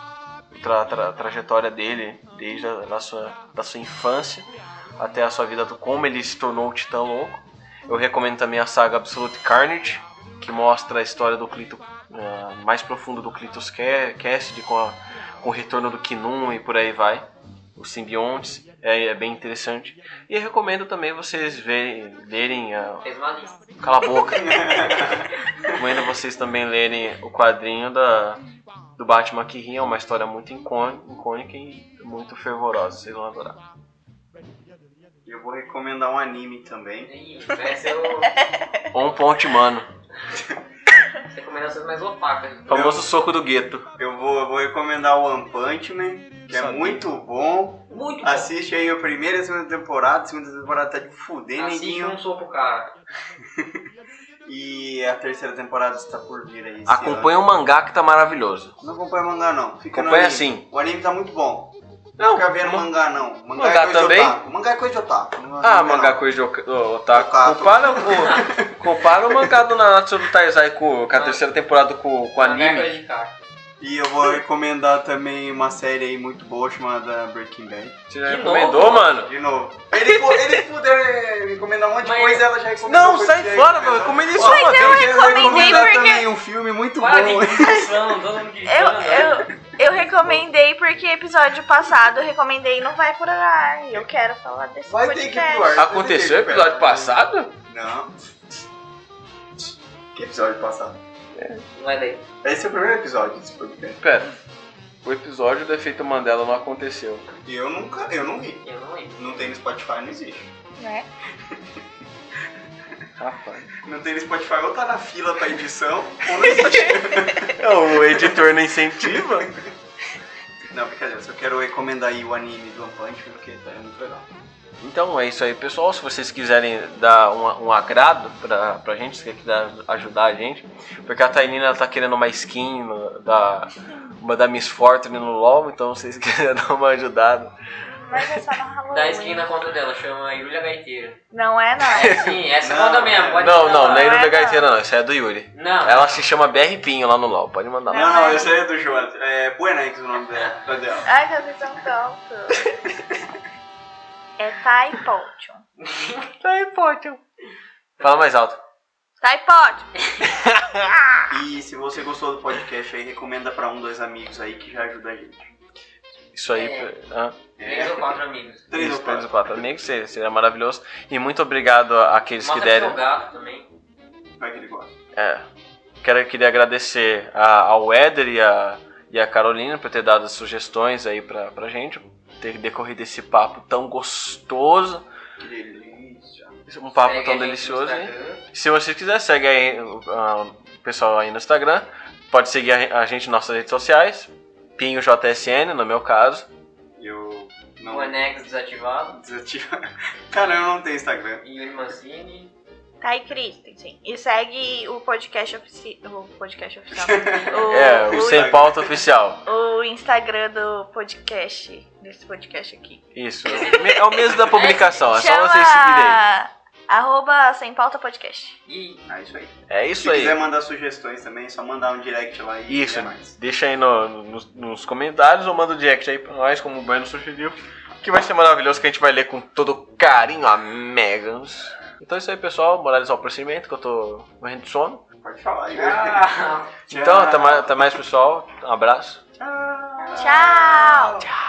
Speaker 3: tra, tra- trajetória dele desde a da sua, da sua infância até a sua vida, do como ele se tornou o Titã Louco. Eu recomendo também a saga Absolute Carnage, que mostra a história do Clito ah, mais profundo do Clitus Ca- Cassidy com, a- com o retorno do Kinun e por aí vai. Os simbiontes, é, é bem interessante. E eu recomendo também vocês verem, lerem a,
Speaker 2: Fez uma lista.
Speaker 3: Cala a boca. Recomendo vocês também lerem o quadrinho da do Batman que ri é uma história muito incô- icônica e muito fervorosa, vocês vão adorar.
Speaker 5: E eu vou recomendar um anime também.
Speaker 2: Ih, Essa é o...
Speaker 3: Um ponte mano,
Speaker 2: as recomendações mais opacas.
Speaker 3: famoso soco do gueto.
Speaker 5: Eu vou, eu vou recomendar o One Punch Man, que é
Speaker 3: Sabia.
Speaker 5: muito bom.
Speaker 2: Muito bom.
Speaker 5: Assiste aí a primeira e a segunda temporada. A segunda temporada tá de fuder,
Speaker 2: Assiste
Speaker 5: neguinho.
Speaker 2: um soco, cara.
Speaker 5: E a terceira temporada está por vir aí. esse
Speaker 3: Acompanha o mangá que tá maravilhoso.
Speaker 5: ano. Não acompanha mangá, não. Fica no
Speaker 3: Acompanha
Speaker 5: anime.
Speaker 3: sim.
Speaker 5: O anime tá muito bom. Não
Speaker 3: Não,
Speaker 5: fica vendo
Speaker 3: man-
Speaker 5: mangá, não. Mangá,
Speaker 3: Mangá
Speaker 5: é coisa
Speaker 3: também?
Speaker 5: de otaku. Mangá é coisa de otaku. Não-
Speaker 3: Ah,
Speaker 5: não é
Speaker 3: mangá
Speaker 5: não.
Speaker 3: coisa de oca- ô, otaku.
Speaker 5: Otaku.
Speaker 3: Compara, o, compara o mangá do Nanatsu do Taizai com, com a
Speaker 2: Ah.
Speaker 3: terceira temporada com, com o
Speaker 2: Década
Speaker 3: anime.
Speaker 2: de cara.
Speaker 5: E eu vou recomendar também uma série aí muito boa chamada Breaking Bad.
Speaker 3: Você já
Speaker 2: De
Speaker 3: recomendou,
Speaker 2: novo?
Speaker 3: mano?
Speaker 5: De novo. Ele, fu- ele puder recomendar um monte de
Speaker 2: Mas-
Speaker 5: coisa, ela já recomendou.
Speaker 3: Não,
Speaker 5: coisa
Speaker 3: sai
Speaker 5: que já
Speaker 3: fora, mano.
Speaker 5: recomendou.
Speaker 3: Eu Recomendei só uma
Speaker 5: Eu
Speaker 3: vez.
Speaker 5: quero
Speaker 1: recomendei
Speaker 5: recomendar
Speaker 1: porque-
Speaker 5: também um filme muito
Speaker 2: Para de
Speaker 5: bom.
Speaker 2: discussão, todo mundo gritando.
Speaker 1: Eu,
Speaker 2: né?
Speaker 1: eu, eu recomendei porque episódio passado eu recomendei não vai por ar. E eu quero falar desse
Speaker 5: Vai ter
Speaker 1: podcast.
Speaker 5: que ir pro ar.
Speaker 3: Aconteceu o episódio passado?
Speaker 5: Não. Que episódio passado?
Speaker 2: Não vai daí.
Speaker 5: Esse é o primeiro episódio desse podcast.
Speaker 3: Pera. O episódio do efeito Mandela não aconteceu.
Speaker 5: E eu nunca, eu não vi.
Speaker 2: Eu não lembro.
Speaker 5: Não tem no Spotify, não existe.
Speaker 1: Né?
Speaker 3: Rapaz.
Speaker 5: Não tem no Spotify, ou tá na fila pra edição, ou não existe.
Speaker 3: O editor não incentiva?
Speaker 5: não, brincadeira, só quero recomendar aí o anime do One Punch, Man, porque tá é muito legal.
Speaker 3: Então é isso aí, pessoal. Se vocês quiserem dar um, um agrado pra, pra gente, se quiser ajudar a gente, porque a Tainina ela tá querendo uma skin no- da, uma da Miss Fortune no LoL, então se vocês quiserem dar uma ajudada.
Speaker 1: Mas é só no Halloween.
Speaker 2: Dá skin na conta dela, chama Yulia Gaiteira.
Speaker 1: Não é,
Speaker 2: É
Speaker 1: não.
Speaker 2: sim, essa
Speaker 5: Não,
Speaker 2: conta mesmo. Pode
Speaker 3: Não,
Speaker 2: mandar
Speaker 3: não,
Speaker 2: lá.
Speaker 3: não é
Speaker 1: não é
Speaker 3: Irulha Gaiteira, não, essa é do Yuri.
Speaker 2: Não,
Speaker 3: Ela se chama BR Pinho lá no LoL, pode
Speaker 2: Tá
Speaker 3: mandar
Speaker 5: Não,
Speaker 3: lá.
Speaker 5: não, esse aí é do João. É Buenex o nome dela. da dela.
Speaker 1: Ai, tá tão tonto. É Taipótion.
Speaker 3: Fala mais alto.
Speaker 1: Taipótion.
Speaker 5: E se você gostou do podcast aí, recomenda pra um, dois amigos aí que já ajuda a gente.
Speaker 3: Isso aí.
Speaker 2: É.
Speaker 3: p- hã?
Speaker 2: três ou quatro amigos.
Speaker 5: Três ou
Speaker 3: Isso, três
Speaker 5: quatro.
Speaker 3: ou quatro. Nem que seja, seria é maravilhoso. E muito obrigado àqueles
Speaker 2: Mostra
Speaker 3: que
Speaker 2: pro
Speaker 3: deram.
Speaker 2: seu gato também.
Speaker 5: Vai que ele gosta.
Speaker 3: É. Quero queria agradecer a- ao Éder e a, e a Carolina por ter dado as sugestões aí pra, pra gente, ter decorrido esse papo tão gostoso,
Speaker 5: Que delícia.
Speaker 3: um papo
Speaker 2: Segue a gente
Speaker 3: tão
Speaker 2: no
Speaker 3: delicioso. hein?
Speaker 2: Instagram.
Speaker 3: Se vocês quiserem, segue aí ah, o pessoal aí no Instagram, pode seguir a, a gente nas nossas redes sociais, Pinho JSN, no meu caso.
Speaker 5: Eu não
Speaker 2: O anexo desativado.
Speaker 5: desativar. Cara, eu não tenho Instagram.
Speaker 2: Yuri Mancini.
Speaker 1: Tai Christensen. E segue o podcast oficial. O podcast oficial. O,
Speaker 3: É, o Sem Pauta Oficial.
Speaker 1: o Instagram do podcast. Desse podcast aqui.
Speaker 3: Isso. É o mesmo da publicação, é só
Speaker 1: Chama...
Speaker 3: vocês seguirem aí.
Speaker 1: Arroba Sem Pauta Podcast.
Speaker 2: E
Speaker 5: É isso aí.
Speaker 3: É isso
Speaker 5: se
Speaker 3: aí.
Speaker 5: quiser mandar sugestões também, é só mandar um direct lá e
Speaker 3: Isso.
Speaker 5: é nóis.
Speaker 3: Deixa aí no- no- nos comentários ou manda o direct aí pra nós, como o Bueno sugeriu. Que vai ser maravilhoso, que a gente vai ler com todo carinho, amigos. Então é isso aí, pessoal. Morales ao prosseguimento, que eu tô morrendo de sono.
Speaker 5: Pode falar, Yuri.
Speaker 3: Ah.
Speaker 2: tchau.
Speaker 3: Então, até mais, até mais pessoal. Um abraço.
Speaker 5: Tchau.
Speaker 1: Tchau!
Speaker 3: Tchau.